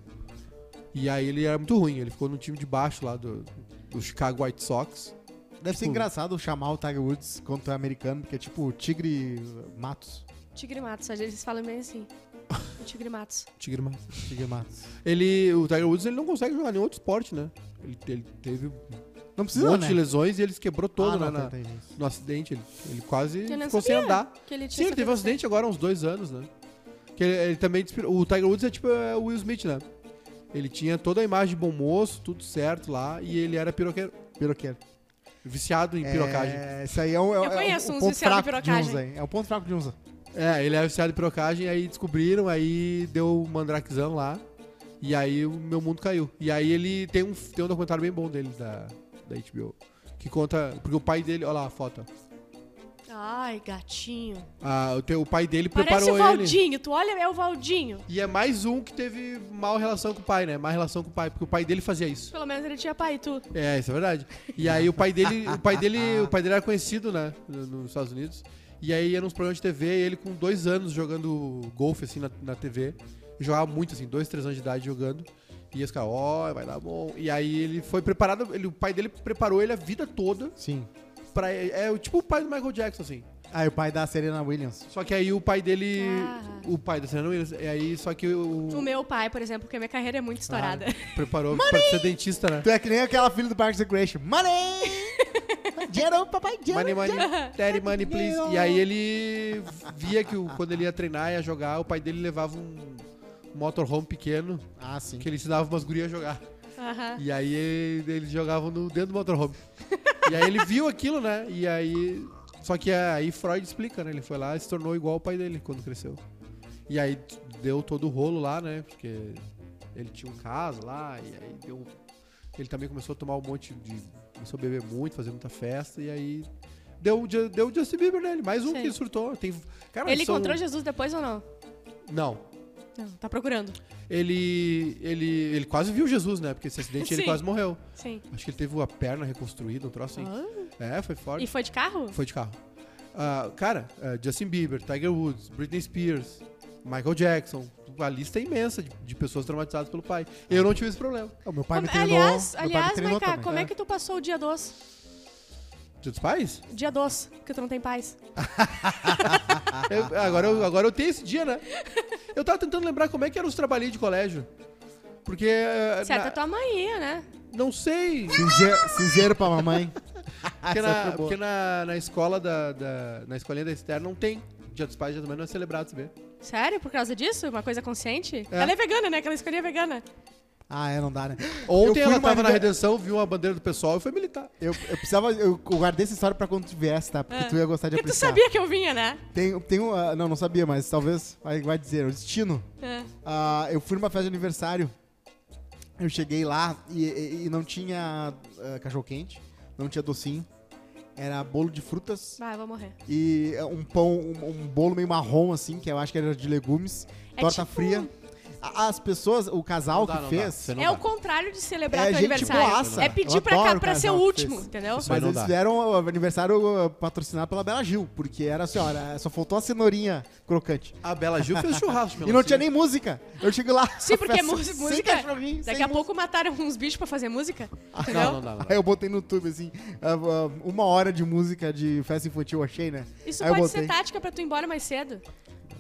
S2: E aí ele era muito ruim, ele ficou no time de baixo lá do, do Chicago White Sox.
S1: Deve ser
S2: Tipo-
S1: engraçado chamar o Tiger Woods quando tu é americano, porque é tipo o Tigre Matos.
S3: Tigre Matos, às vezes eles falam
S2: <laughs>
S3: bem assim. O Tigre Matos.
S2: Tigre Mas.
S1: Tigre Matos.
S2: Ele, o Tiger Woods, ele não consegue jogar nenhum outro esporte, né? Ele, ele teve um
S1: Não precisa,
S2: monte
S1: né?
S2: de lesões e ele se quebrou todo
S1: Ah,
S2: né,
S1: não,
S2: na-
S1: tá, entendi isso.
S2: no acidente. Ele, ele quase
S3: Eu não
S2: ficou sem
S3: sabia.
S2: andar.
S3: Que ele
S2: Sim,
S3: tinha
S2: ele teve
S3: sabido
S2: um
S3: disso aí.
S2: acidente agora há uns dois anos, né? Que ele, ele também despir- O Tiger Woods é tipo é, o Will Smith, né? Ele tinha toda a imagem de bom moço, tudo certo lá, e ele era piroqueiro.
S1: Piroqueiro.
S2: Viciado em pirocagem.
S1: É, isso aí é o, é, o-
S3: Eu conheço
S1: é o
S3: uns
S1: ponto
S3: viciados em
S1: fraco de
S3: pirocagem.
S1: uns, hein? É o ponto fraco de uns.
S2: É, ele era viciado em pirocagem, aí descobriram, aí deu um mandraquezão lá, e aí o meu mundo caiu. E aí ele tem um, tem um documentário bem bom dele, da, da HBO, que conta. Porque o pai dele. Olha lá a foto. ó.
S3: Ai, gatinho.
S2: Ah, o, teu- o pai dele
S3: Parece o
S2: preparou ele.
S3: Valdinho. Tu olha, é o Valdinho.
S2: E é mais um que teve mal relação com o pai, né? Má relação com o pai, porque o pai dele fazia isso.
S3: Pelo menos ele tinha pai, tu.
S2: É, isso é verdade. E aí o pai dele, o pai dele, o pai dele era conhecido, né, no- nos Estados Unidos. E aí ia nos programas de TV, e ele com dois anos jogando golfe assim na, na TV, jogava muito assim, dois, três anos de idade jogando. E os caras, ó, vai dar bom. E aí ele foi preparado, ele, o pai dele preparou ele a vida toda
S1: Sim.
S2: para é o tipo o pai do Michael Jackson assim.
S1: Ah, e o pai da Serena Williams.
S2: Só que aí o pai dele,
S3: Ah.
S2: o pai da Serena Williams, e aí só que o,
S1: Hum.
S3: O meu pai, por exemplo, porque a minha carreira é muito estourada.
S2: Ah, preparou pra ser dentista, né?
S1: Tu é que nem aquela filha do Parks and Recreation. Money!
S3: <laughs>
S1: dinheiro, papai, dinheiro.
S2: Money, money, daddy money, please. E aí ele via que o- quando ele ia treinar, ia jogar, o pai dele levava um motorhome pequeno
S1: Ah, sim.
S2: que ele ensinava umas gurias a jogar.
S3: Aham.
S2: E aí ele- eles jogavam no, dentro do motorhome. e aí ele viu aquilo, né? E aí... Só que aí Freud explica, né? Ele foi lá e se tornou igual ao pai dele quando cresceu. E aí deu todo o rolo lá, né? Porque ele tinha um caso lá, e aí deu. um, Ele também começou a tomar um monte de. Começou a beber muito, fazer muita festa, e aí. Deu, o Ju- deu o Justin Bieber nele, mais um
S3: Sim.
S2: que surtou. Tem, cara,
S3: <laughs> Ele
S2: são-
S3: encontrou Jesus depois ou não?
S2: Não.
S3: Não, tá procurando.
S2: Ele, ele, ele quase viu Jesus, né? Porque esse acidente ele
S3: Sim.
S2: quase morreu.
S3: Sim.
S2: Acho que ele teve a perna reconstruída, um troço assim.
S3: Ah.
S2: É, foi forte.
S3: E foi de carro?
S2: Foi de carro. Ah, cara, eh, Justin Bieber, Tiger Woods, Britney Spears, Michael Jackson. A lista é imensa de, de pessoas traumatizadas pelo pai. Eu não tive esse problema.
S1: O meu pai me
S3: Como-
S1: treinou.
S3: aliás,
S1: meu pai me
S3: aliás,
S1: treinou
S3: Maiká,
S1: também.
S3: como é que tu passou o dia doce?
S2: Dia dos
S3: <laughs>
S2: pais?
S3: Dia doce, porque tu não tem paz.
S2: Eu- agora, eu, agora eu tenho esse dia, né? Eu tava tentando lembrar como é que eram os trabalhinhos de colégio. Porque. eh,
S3: Certo,
S2: na-
S3: é tua mãe ia, né?
S2: Não sei.
S1: Cinzeiro, cinzeiro pra
S3: <laughs>
S1: mamãe.
S2: Porque,
S1: Essa foi
S2: na,
S1: boa.
S2: porque na, na escola da, da- Na escolinha da Esther não tem. Dia dos pais, dia dos mães não é celebrado, sabe?
S3: Sério? Por causa disso? Uma coisa consciente? Ela é vegana, né? Que ela escolhia vegana.
S1: Ah, é, não dá, né?
S2: Ontem
S1: Eu fui
S2: ela
S1: numa
S2: tava na
S1: anive-
S2: redenção, viu uma bandeira do pessoal e foi militar.
S1: Eu, eu precisava. Eu guardei essa história pra quando tu viesse, tá? Porque tu ia gostar de
S3: É. Porque tu
S1: apreciar.
S3: sabia que eu vinha, né?
S1: Tem, tem um. ah, não, não sabia, mas talvez. Vai, vai dizer, o destino.
S3: É.
S1: Ah, eu fui numa festa de aniversário. Eu cheguei lá e, e- e não tinha ah, cachorro quente, não tinha docinho. Era bolo de frutas
S3: Vai, eu vou morrer.
S1: e ah, um pão, um, um bolo meio marrom, assim, que eu acho que era de legumes,
S3: É
S1: torta
S3: tipo-
S1: fria. A- As pessoas, o casal
S2: Não dá,
S1: que
S2: não dá.
S1: fez,
S2: Você não
S3: é
S2: dá.
S3: o contrário de celebrar
S1: É
S3: teu
S1: gente
S3: aniversário.
S1: boaça.
S3: É
S1: Eu
S3: pedir pra,
S1: adoro
S3: cá, pra
S1: o
S3: ser o
S1: casal que
S3: último,
S1: fez.
S3: entendeu?
S2: Isso aí
S1: mas
S2: não
S1: eles
S2: dá.
S1: fizeram o aniversário ah, patrocinado pela Bela Gil, porque era assim, ó, era- só faltou a cenourinha crocante.
S2: A Bela Gil fez churrasco,
S1: E não tinha nem música. Eu chego lá.
S3: Sim, porque é
S1: festa,
S3: mu-
S1: sem
S3: música.
S1: cachorrinho,
S3: Daqui
S1: sem Ah,
S3: a pouco mataram uns bichos pra fazer música. Entendeu?
S2: Não, não dá. Não, dá.
S1: Aí eu botei no YouTube, assim, ah, ah, uma hora de música de festa infantil, achei, né?
S3: Isso
S1: Aí eu
S3: pode ser
S1: botei.
S3: tática pra tu ir embora mais cedo.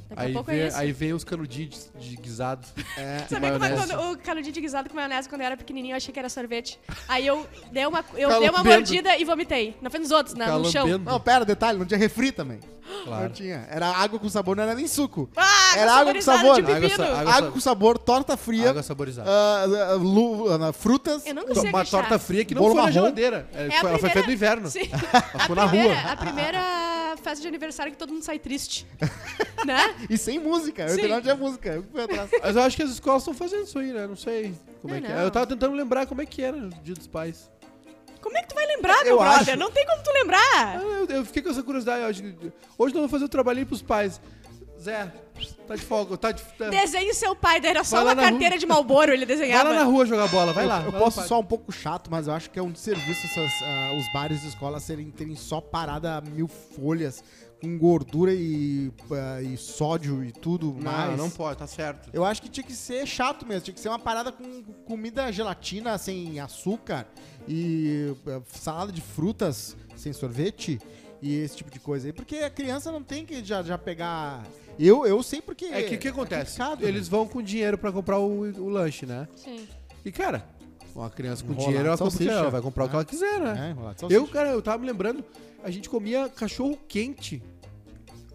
S3: Daqui
S2: Aí,
S3: a pouco
S2: vem,
S3: é isso.
S2: aí vem os canudinhos de, de guisado.
S1: É.
S2: com
S3: Sabia como é
S2: maionese.
S3: quando o canudinho de guisado com maionese, quando eu era pequenininho, eu achei que era sorvete. Aí eu dei uma, eu
S2: Calambendo.
S3: dei uma mordida e vomitei. Na frente dos outros, na, no chão.
S2: Calambendo.
S1: Não, pera, detalhe, não tinha refri também. Não
S2: Claro.
S1: tinha. Era água com sabor, não era nem suco.
S3: Ah,
S1: Era água com sabor.
S3: saborizada de
S2: né? Água sa-
S3: pepino.
S1: Água,
S2: água
S1: com sabor, torta fria,
S2: Água saborizada.
S1: ah, ah, lu- ah, frutas.
S3: Eu não
S2: To-
S3: consigo
S2: Uma
S3: achar.
S2: torta fria que não
S1: Bolo
S2: foi na
S1: marrom.
S2: geladeira. É,
S3: é a
S2: foi- Ela foi feita no inverno.
S3: Sim.
S2: Ela <laughs> ficou na
S3: Primeira-
S2: rua.
S3: a primeira festa de aniversário que todo mundo sai triste. né?
S1: E sem música. Eu
S3: Sim.
S1: não tinha música. Eu fui atrás.
S2: Mas eu acho que as escolas estão fazendo isso aí, né? Não sei como é
S3: Não,
S2: que
S3: não.
S2: é. Eu tava tentando lembrar como é que era o Dia dos Pais.
S3: Como é que tu vai lembrar, meu
S1: Eu
S3: brother?
S1: acho-
S3: Não tem como tu lembrar.
S2: Ah, Eu, eu fiquei com essa curiosidade. eu acho que- Hoje não vou fazer o trabalhinho pros pais. Zé, tá de folga. Tá de, tá-
S3: Desenhe seu pai, daí era só
S2: Vai lá
S3: uma
S2: na
S3: carteira de Malboro ele
S2: Vai
S3: desenhava.
S2: lá na rua jogar bola, vai lá.
S1: Eu
S2: vai lá,
S1: posso
S2: pai.
S1: só um pouco chato, mas eu acho que é um desserviço essas, ah, os bares de escola serem, terem só parada mil folhas com gordura e, ah, e sódio e tudo
S2: Não,
S1: mais.
S2: não pode, tá certo.
S1: Eu acho que tinha que ser chato mesmo, tinha que ser uma parada com comida gelatina sem açúcar e eh, salada de frutas sem sorvete e esse tipo de coisa aí. Porque a criança não tem que já, já pegar. Eu, eu sei porque.
S2: É que o que acontece?
S1: complicado,
S2: Eles vão com dinheiro pra comprar o, o lanche, né?
S3: Sim.
S2: E, cara, uma criança com
S1: Enrolado,
S2: dinheiro ela, compra o que
S1: salsicha.
S2: ela vai comprar o que
S1: Ah.
S2: ela quiser, né?
S1: né? É, enrolado de salsicha.
S2: Eu, cara, eu tava me lembrando, a gente comia cachorro quente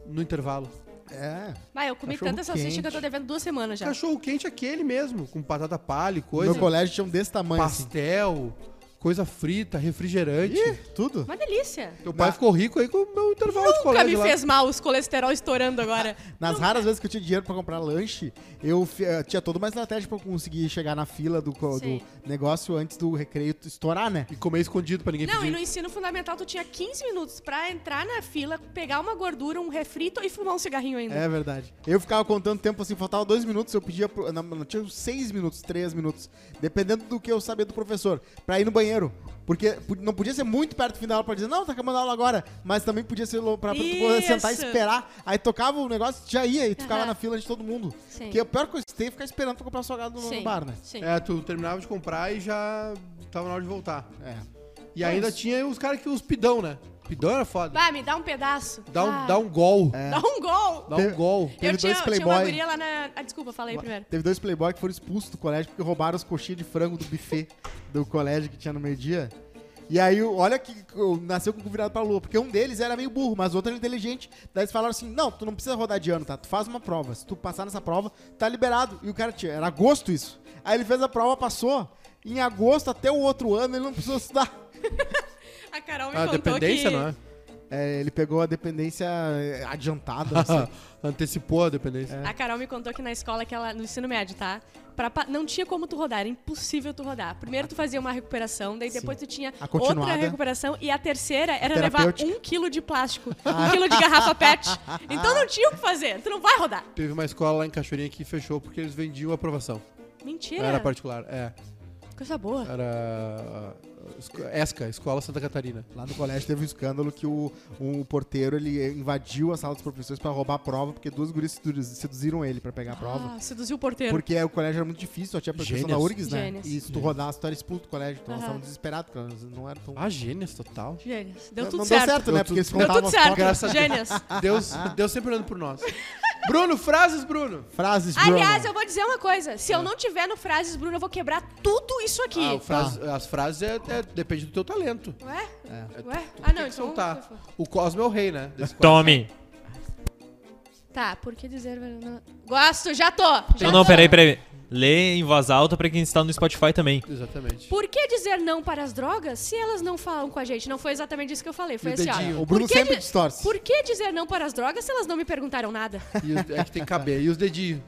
S2: no intervalo.
S1: É.
S3: Mas eu comi
S1: Cachorro
S3: tanta salsicha que eu
S1: quente.
S3: tô devendo duas semanas já.
S2: Cachorro quente aquele mesmo, com batata palha e
S1: Meu
S2: coisa,
S1: colégio tinha um desse tamanho assim.
S2: pastel, coisa frita, refrigerante.
S1: Ih, tudo.
S3: Uma delícia.
S2: Teu pai ficou rico aí com o meu intervalo de
S3: Nunca me
S2: colégio lá.
S3: fez mal os colesterol estourando
S2: <laughs>
S3: agora.
S1: Nas
S3: é.
S1: raras vezes que eu tinha dinheiro pra comprar lanche, eu fi- eh, tinha toda uma estratégia pra eu conseguir chegar na fila do, co-
S3: Sim.
S1: do negócio antes do recreio estourar, né?
S2: E comer escondido pra ninguém
S3: Não, e
S2: pedir.
S3: no ensino fundamental tu tinha 15 minutos pra entrar na fila, pegar uma gordura, um refrito e fumar um cigarrinho ainda.
S1: É verdade. Eu ficava contando tempo assim, faltava dois minutos, eu pedia. Pro, não, não, tinha seis minutos, três minutos, dependendo do que eu sabia do professor, pra ir no banheiro. Porque pu- não podia ser muito perto do fim da aula pra dizer, não, tá acabando a aula agora, mas também podia ser lo- pra, pra tu poder
S3: Isso.
S1: sentar e esperar. Aí tocava o negócio, já ia e tu ficava
S3: Aham.
S1: na fila de todo mundo.
S3: Sim.
S1: Porque a pior coisa que tem é ficar esperando pra comprar salgado no, no
S3: Sim,
S1: bar, né?
S3: Sim.
S2: É, tu terminava de comprar e já tava na hora de voltar.
S1: É.
S2: E ainda tinha os caras que os pidão, né? Pidão era foda.
S3: Vai, me dá um pedaço.
S2: Dá um,
S3: Ah,
S2: dá um gol.
S3: dá um gol.
S2: Dá um gol.
S1: Teve
S3: eu tinha,
S1: dois
S3: tinha uma
S1: playboy.
S3: guria lá na... Ah, desculpa, fala aí primeiro.
S1: Teve dois playboy que foram expulsos do colégio porque roubaram as coxinhas de frango do buffet do colégio que tinha no meio-dia. E aí, olha que que nasceu com o cu virado pra lua, porque um deles era meio burro, mas o outro era inteligente. Daí eles falaram assim: não, tu não precisa rodar de ano, tá? Tu faz uma prova. Se tu passar nessa prova, tá liberado. E o cara tinha, era agosto isso. Aí ele fez a prova, passou. Em agosto até o outro ano ele não precisou <laughs> estudar.
S3: A Carol me
S2: A
S3: contou
S2: dependência,
S3: que...
S2: não é?
S1: É, ele pegou a dependência é, adiantada, não sei.
S2: <laughs> Antecipou a dependência.
S3: A Carol me contou que na escola, que ela, no ensino médio, tá? Pra pa- não tinha como tu rodar, era impossível tu rodar. Primeiro tu fazia uma recuperação, daí depois tu tinha
S1: A continuada.
S3: outra recuperação, e a terceira era levar
S1: terapêutica.
S3: um quilo de plástico, um quilo de garrafa pet. Então não tinha o que fazer, tu não vai rodar.
S2: Teve uma escola lá em Cachoeirinha que fechou porque eles vendiam aprovação. Não
S3: Mentira,
S2: era particular, é.
S3: coisa boa.
S2: Era. uh, esco- ESCA, Escola Santa Catarina.
S1: Lá no colégio teve um escândalo que o, o porteiro ele invadiu a sala dos professores pra roubar a prova, porque duas gurias sedu- seduziram ele pra pegar a prova.
S3: Ah, seduziu o porteiro.
S1: Porque o colégio era muito difícil, só tinha professor da
S2: Gênios.
S1: URGS, né?
S3: Gênios.
S1: E se tu rodasse, tu era expulso do colégio. Então elas
S3: Aham.
S1: estavam desesperadas, porque elas não eram tão.
S2: Ah, gênios total.
S3: Gênios. Deu
S1: não
S3: tudo
S1: não
S3: certo.
S1: deu certo, né?
S2: Deu
S1: Porque eles
S3: Deu
S1: contavam
S3: tudo
S1: as
S3: certo,
S2: graças a Deus.
S3: gênios.
S2: Deus, Deus sempre olhando por nós. <laughs> Bruno, frases, Bruno!
S1: frases, Bruno.
S3: Aliás, eu vou dizer uma coisa. Se eu não tiver no Frases, Bruno, eu vou quebrar tudo isso aqui.
S1: Tá.
S2: Ah, o frase- As frases é, é- depende do teu talento.
S3: Ué? Ué? Ah,
S2: Tem
S3: não,
S2: que
S3: então...
S2: soltar. O Cosmo é o rei, né? Desse quadro.
S6: Tome.
S3: Tá, por que dizer... Gosto, já tô. Já
S6: Não, não,
S3: tô.
S6: peraí, peraí. Lê em voz alta pra quem está no Spotify também.
S2: Exatamente.
S3: Por que dizer não para as drogas se elas não falam com a gente? Não foi exatamente isso que eu falei, foi
S2: E o
S3: assim,
S2: dedinho?
S3: ó.
S1: O Bruno
S3: por que
S1: sempre
S3: di-
S1: distorce.
S3: Por que dizer não para as drogas se elas não me perguntaram nada?
S2: E os- é que tem que caber. E os dedinhos?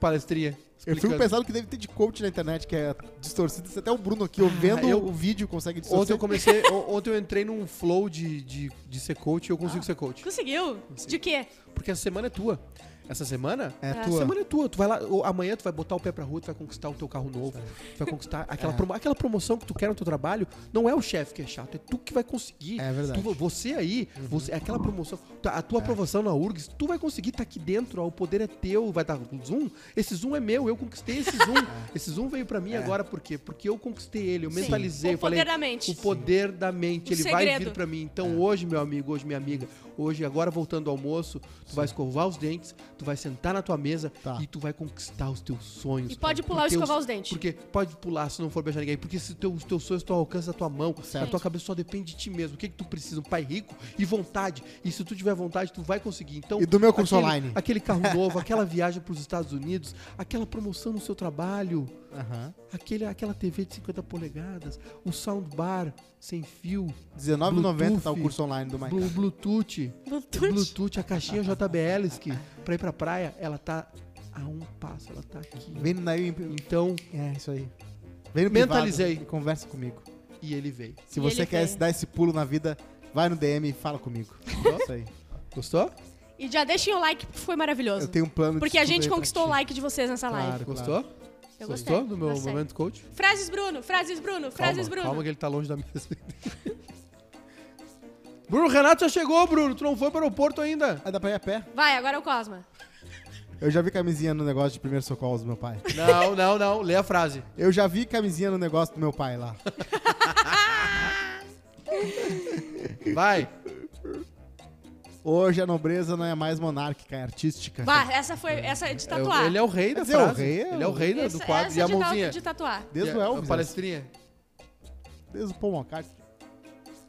S2: Palestria.
S1: Eu fico
S2: explicando.
S1: pensando que deve ter de coach na internet, que é distorcido. Se Até o Bruno aqui, vendo
S2: Ah, eu-
S1: o vídeo, consegue
S2: Ontem
S1: distorcer.
S2: eu comecei. on- ontem eu entrei num flow de, de, de ser coach e eu
S1: Ah.
S2: consigo ser coach.
S3: <laughs> Conseguiu? De quê?
S2: Porque essa semana é tua. Essa semana?
S1: É
S3: Ah,
S2: a
S1: tua.
S2: semana é tua. Tu vai lá, ou amanhã tu vai botar o pé pra rua, tu vai conquistar o teu carro novo. Tu vai conquistar aquela,
S1: É.
S2: promo- aquela promoção que tu quer no teu trabalho. Não é o chefe que é chato, é tu que vai conseguir.
S1: É verdade. Uhum. É.
S2: Tu- você aí, você, é aquela promoção, tu- a tua aprovação na URGS, tu vai conseguir, tá aqui dentro, ó, o poder é teu, vai dar zoom. Esse zoom é meu, eu conquistei esse
S1: <laughs>
S2: zoom.
S1: É.
S2: esse zoom veio pra mim agora por quê? Porque eu conquistei ele, eu
S3: Sim.
S2: mentalizei,
S3: O
S2: eu falei,
S3: poder da mente.
S2: o poder da mente,
S3: O
S2: ele vai
S3: segredo.
S2: vir
S1: É.
S2: pra mim. Então hoje, meu amigo, hoje minha amiga, hoje agora voltando ao almoço, tu vai escovar os dentes, tu vai sentar na tua mesa
S1: Tá.
S2: e tu vai conquistar os teus sonhos.
S3: E pode
S2: cara.
S3: pular ou
S2: Porque
S3: escovar os dentes.
S2: Porque pode pular se não for beijar ninguém. Porque se teu, os teus sonhos estão ao alcance da tua mão,
S1: Certo.
S2: a tua cabeça só depende de ti mesmo. O que, que tu precisa? Um pai rico e vontade. E se tu tiver vontade, tu vai conseguir. Então,
S1: E do meu curso
S2: aquele,
S1: online.
S2: Aquele carro novo, aquela viagem para os Estados Unidos, aquela promoção no seu trabalho
S1: Aham.
S2: aquele, aquela TV de 50 polegadas, o soundbar sem fio,
S1: R$19,90 tá o
S2: Bluetooth,
S1: curso online do Mike.
S2: blu- Bluetooth,
S3: Bluetooth.
S2: Bluetooth, a caixinha JBL que pra ir pra praia, ela tá a um passo, ela tá aqui. ó.
S1: Vem na
S2: Então,
S1: É, isso aí. Vem no
S2: Mentalizei.
S1: privado e conversa comigo.
S2: e ele veio.
S1: Se
S3: E
S1: você
S3: ele
S1: quer
S3: vem.
S1: dar esse pulo na vida, vai no DM e fala comigo. É isso aí.
S2: Gostou?
S3: E já deixem o like, porque foi maravilhoso.
S1: Eu tenho um plano de
S3: Porque a
S1: estudo aí
S3: gente
S1: pra
S3: conquistou
S1: ti.
S3: o like de vocês nessa
S1: Claro.
S3: live.
S2: Gostou?
S3: Eu gostei.
S2: Gostou do meu
S3: gostei.
S2: momento coach?
S3: Frases Bruno, frases Bruno, frases
S2: calma,
S3: Bruno.
S2: calma que ele tá longe <laughs> da mesa. Bruno, o Renato já chegou, Bruno. Tu não foi pro aeroporto ainda.
S1: Ah, dá pra ir a pé?
S3: Vai, agora é o Cosma.
S1: Eu já vi camisinha no negócio de primeiro socorro do meu pai.
S2: Não, não, não. Lê a frase.
S1: Eu já vi camisinha no negócio do meu pai lá.
S2: Vai.
S1: Hoje a nobreza não é mais monárquica, é artística.
S3: Vai, essa foi essa é de
S2: É o-
S3: tatuar.
S2: ele é o rei da
S1: Mas é o
S2: frase.
S1: rei, é
S2: ele é o
S1: o-
S2: rei da-
S3: Essa-
S2: do quadro.
S3: essa
S2: E a
S3: de ta-
S2: mãozinha.
S3: de tatuar.
S1: Desde
S2: E
S1: o
S2: a-
S1: Elvis.
S2: A palestrinha.
S1: Desde o Paul McCartney.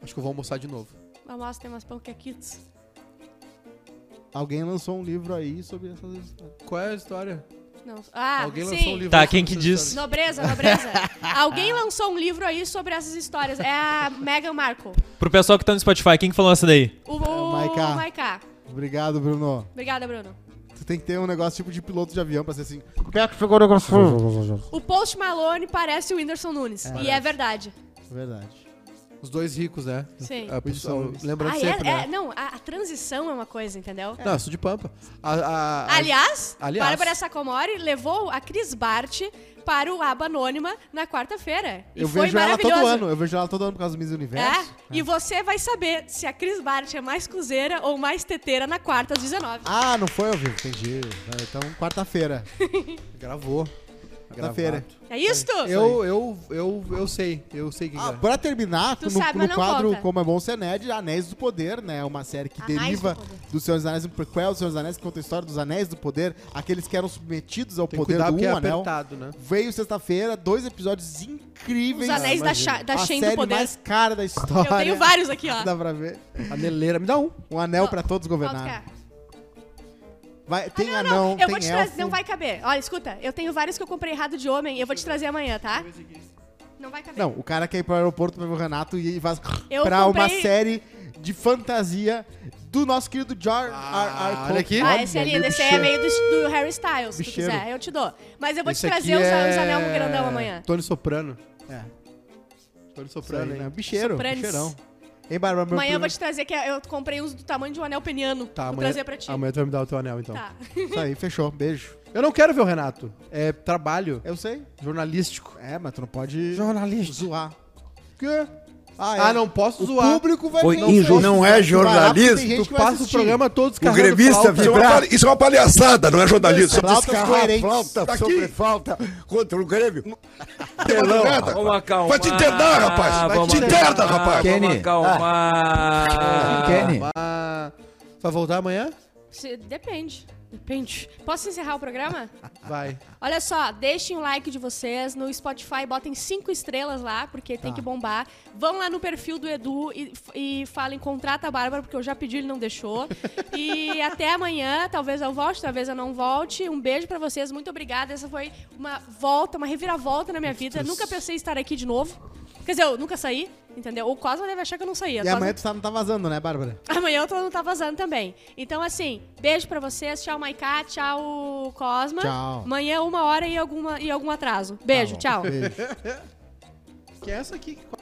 S2: Acho que eu vou almoçar de novo.
S3: Vamos, tem umas é panquequitas.
S1: Alguém lançou um livro aí sobre essas histórias.
S2: Qual é a história?
S3: Não. Ah,
S2: Alguém
S3: sim.
S2: lançou um livro.
S6: Tá,
S2: sobre
S6: quem que
S2: essa
S6: diz?
S2: história.
S3: Nobreza,
S2: <laughs>
S3: nobreza. Alguém lançou um livro aí sobre essas histórias. É a Meghan Markle.
S6: Pro pessoal que tá no Spotify, quem que falou essa daí?
S3: O,
S2: É
S1: o
S3: o
S1: Maiká.
S3: Maiká.
S1: Obrigado, Bruno.
S3: Obrigada, Bruno.
S1: Tu tem que ter um negócio tipo de piloto de avião pra ser assim.
S3: O Post Malone parece o Whindersson Nunes. e é verdade.
S1: Verdade.
S2: Os dois ricos, né?
S3: Sim.
S2: A pessoa-
S1: Wilson.
S2: lembrando
S3: Ah, é-
S2: sempre,
S3: é-
S2: né?
S3: não, a, a transição é uma coisa, entendeu?
S2: Não, eu sou de pampa. A- a- a-
S3: Aliás,
S2: Aliás.
S3: Bárbara Sacomori levou a Cris Bart para o Aba Anônima na quarta-feira. E
S1: Eu
S3: foi
S1: vejo ela
S3: maravilhoso.
S1: todo ano. Eu vejo ela todo ano por causa do Miss
S3: É?
S1: Universo.
S3: E você vai saber se a Cris Bart é mais cruzeira ou mais teteira na quarta às 19.
S1: Ah, não foi ao vivo, entendi. Ah, Então,
S2: <laughs>
S1: quarta-feira.
S2: Gravou.
S1: Quarta-feira.
S2: Gravado.
S3: É isto?
S2: Eu, eu, eu, eu sei. Eu sei quem
S1: Ah,
S2: é.
S1: pra terminar,
S3: Tu
S1: no,
S3: sabe, mas
S1: no
S3: não
S1: quadro
S3: conta.
S1: Como é Bom Ser Nerd, Anéis do Poder, né? Uma série que
S3: Anéis
S1: deriva
S3: do Poder.
S1: do Senhor dos Anéis, um prequel do Senhor dos Anéis, que conta a história dos Anéis do Poder, aqueles que eram submetidos ao
S2: Tem que
S1: poder
S2: cuidar
S1: do um
S2: porque é
S1: anel.
S2: apertado, né?
S1: Veio sexta-feira, dois episódios incríveis.
S3: Os Anéis da,
S2: imagina.
S3: Sha- da
S1: a
S3: Shen
S1: série
S3: do Poder.
S1: mais cara da história.
S3: Eu tenho vários aqui, ó.
S1: <laughs> Dá pra ver.
S2: A neleira. Me dá um.
S1: Um anel
S3: Ó,
S1: pra todos
S3: Qual tu
S1: governar.
S3: quer?
S1: Vai, tem
S3: Ah, Não,
S1: anão,
S3: não,
S1: tem
S3: eu vou te
S1: elfo.
S3: trazer. Não vai caber. Ó, escuta, eu tenho vários que eu comprei errado de homem. Eu vou te trazer amanhã, tá? Não vai caber.
S1: Não, o cara quer ir pro aeroporto pra ver o Renato e vai
S3: Eu
S1: pra uma
S3: comprei-
S1: série de fantasia do nosso querido George
S2: Ah,
S1: R. R.
S2: olha
S1: Tolkien.
S2: aqui.
S3: Ah, esse é lindo. Esse aí é
S1: bicheiro.
S3: meio do, do Harry Styles,
S1: Bicheiro.
S3: se tu quiser. Eu te dou. Mas eu vou
S2: Esse
S3: te trazer um
S2: aqui
S3: os,
S2: é...
S3: os anel grandão amanhã.
S2: Tony Soprano.
S1: É,
S2: Tony
S1: isso aí,
S2: Soprano,
S1: né?
S2: hein?
S1: Bicheiro.
S3: Sopranos.
S1: Bicheirão. Hein, Bárbara? Meu
S3: Amanhã eu vou
S1: primeiro-
S3: te trazer, que é, eu comprei uns do tamanho de um anel peniano.
S2: Tá,
S3: vou
S2: amanhã,
S3: trazer pra ti.
S2: amanhã tu vai me dar o teu anel, então.
S3: Tá. <laughs>
S1: Isso aí, fechou. Beijo.
S2: Eu não quero ver o Renato. É trabalho
S1: Eu sei.
S2: jornalístico.
S1: É, mas tu não pode
S2: Jornalista.
S1: zoar.
S2: Quê?
S1: Ah,
S2: Ah, não posso zoar.
S1: O público vai
S7: Foi
S1: ver isso.
S7: injusto. Não é
S1: Tu vai lá porque tem
S7: jornalismo.
S1: gente
S2: Tu
S1: que vai
S2: passa o
S1: assistir.
S2: programa todo
S7: O
S2: descarregando
S7: grevista
S2: flauta.
S4: Isso é, uma
S7: vibrar.
S4: palha- isso é uma palhaçada, não é jornalismo.
S1: Flautas
S7: Descarrar
S1: coerentes.
S7: flauta
S4: Tá
S7: sobre
S4: aqui.
S7: falta contra o Grêmio.
S4: Pelão.
S7: Vamos
S8: acalmar.
S4: Vai te internar, rapaz. Vai
S8: Vamos
S4: te internar,
S8: acalmar,
S4: rapaz.
S7: Kenny.
S8: Vamos acalmar.
S7: Kenny.
S2: Ah, vai voltar amanhã?
S3: Se- Depende. Depende. Posso encerrar o programa?
S2: Vai.
S3: Olha só, deixem o like de vocês no Spotify, botem cinco estrelas lá, porque
S1: Tá.
S3: tem que bombar. Vão lá no perfil do Edu e, e falem contrata a Bárbara, porque eu já pedi, ele
S1: <laughs>
S3: não deixou. e até amanhã, talvez eu volte, talvez eu não volte. Um beijo pra vocês, muito obrigada. Essa foi uma volta, uma reviravolta na minha vida. Nunca pensei em estar aqui de novo. Quer dizer, eu nunca saí, entendeu? O Cosma deve achar que eu não saía.
S1: E
S3: Cosma-
S1: amanhã tu tá- não tá vazando, né, Bárbara?
S3: Amanhã eu tô, não tá vazando também. Então, assim, beijo pra vocês. Tchau, Maiká. Tchau, Cosma.
S1: Tchau.
S3: Amanhã, uma hora e, alguma, e algum atraso. Beijo, tchau.
S1: Beijo.
S2: Que é essa aqui que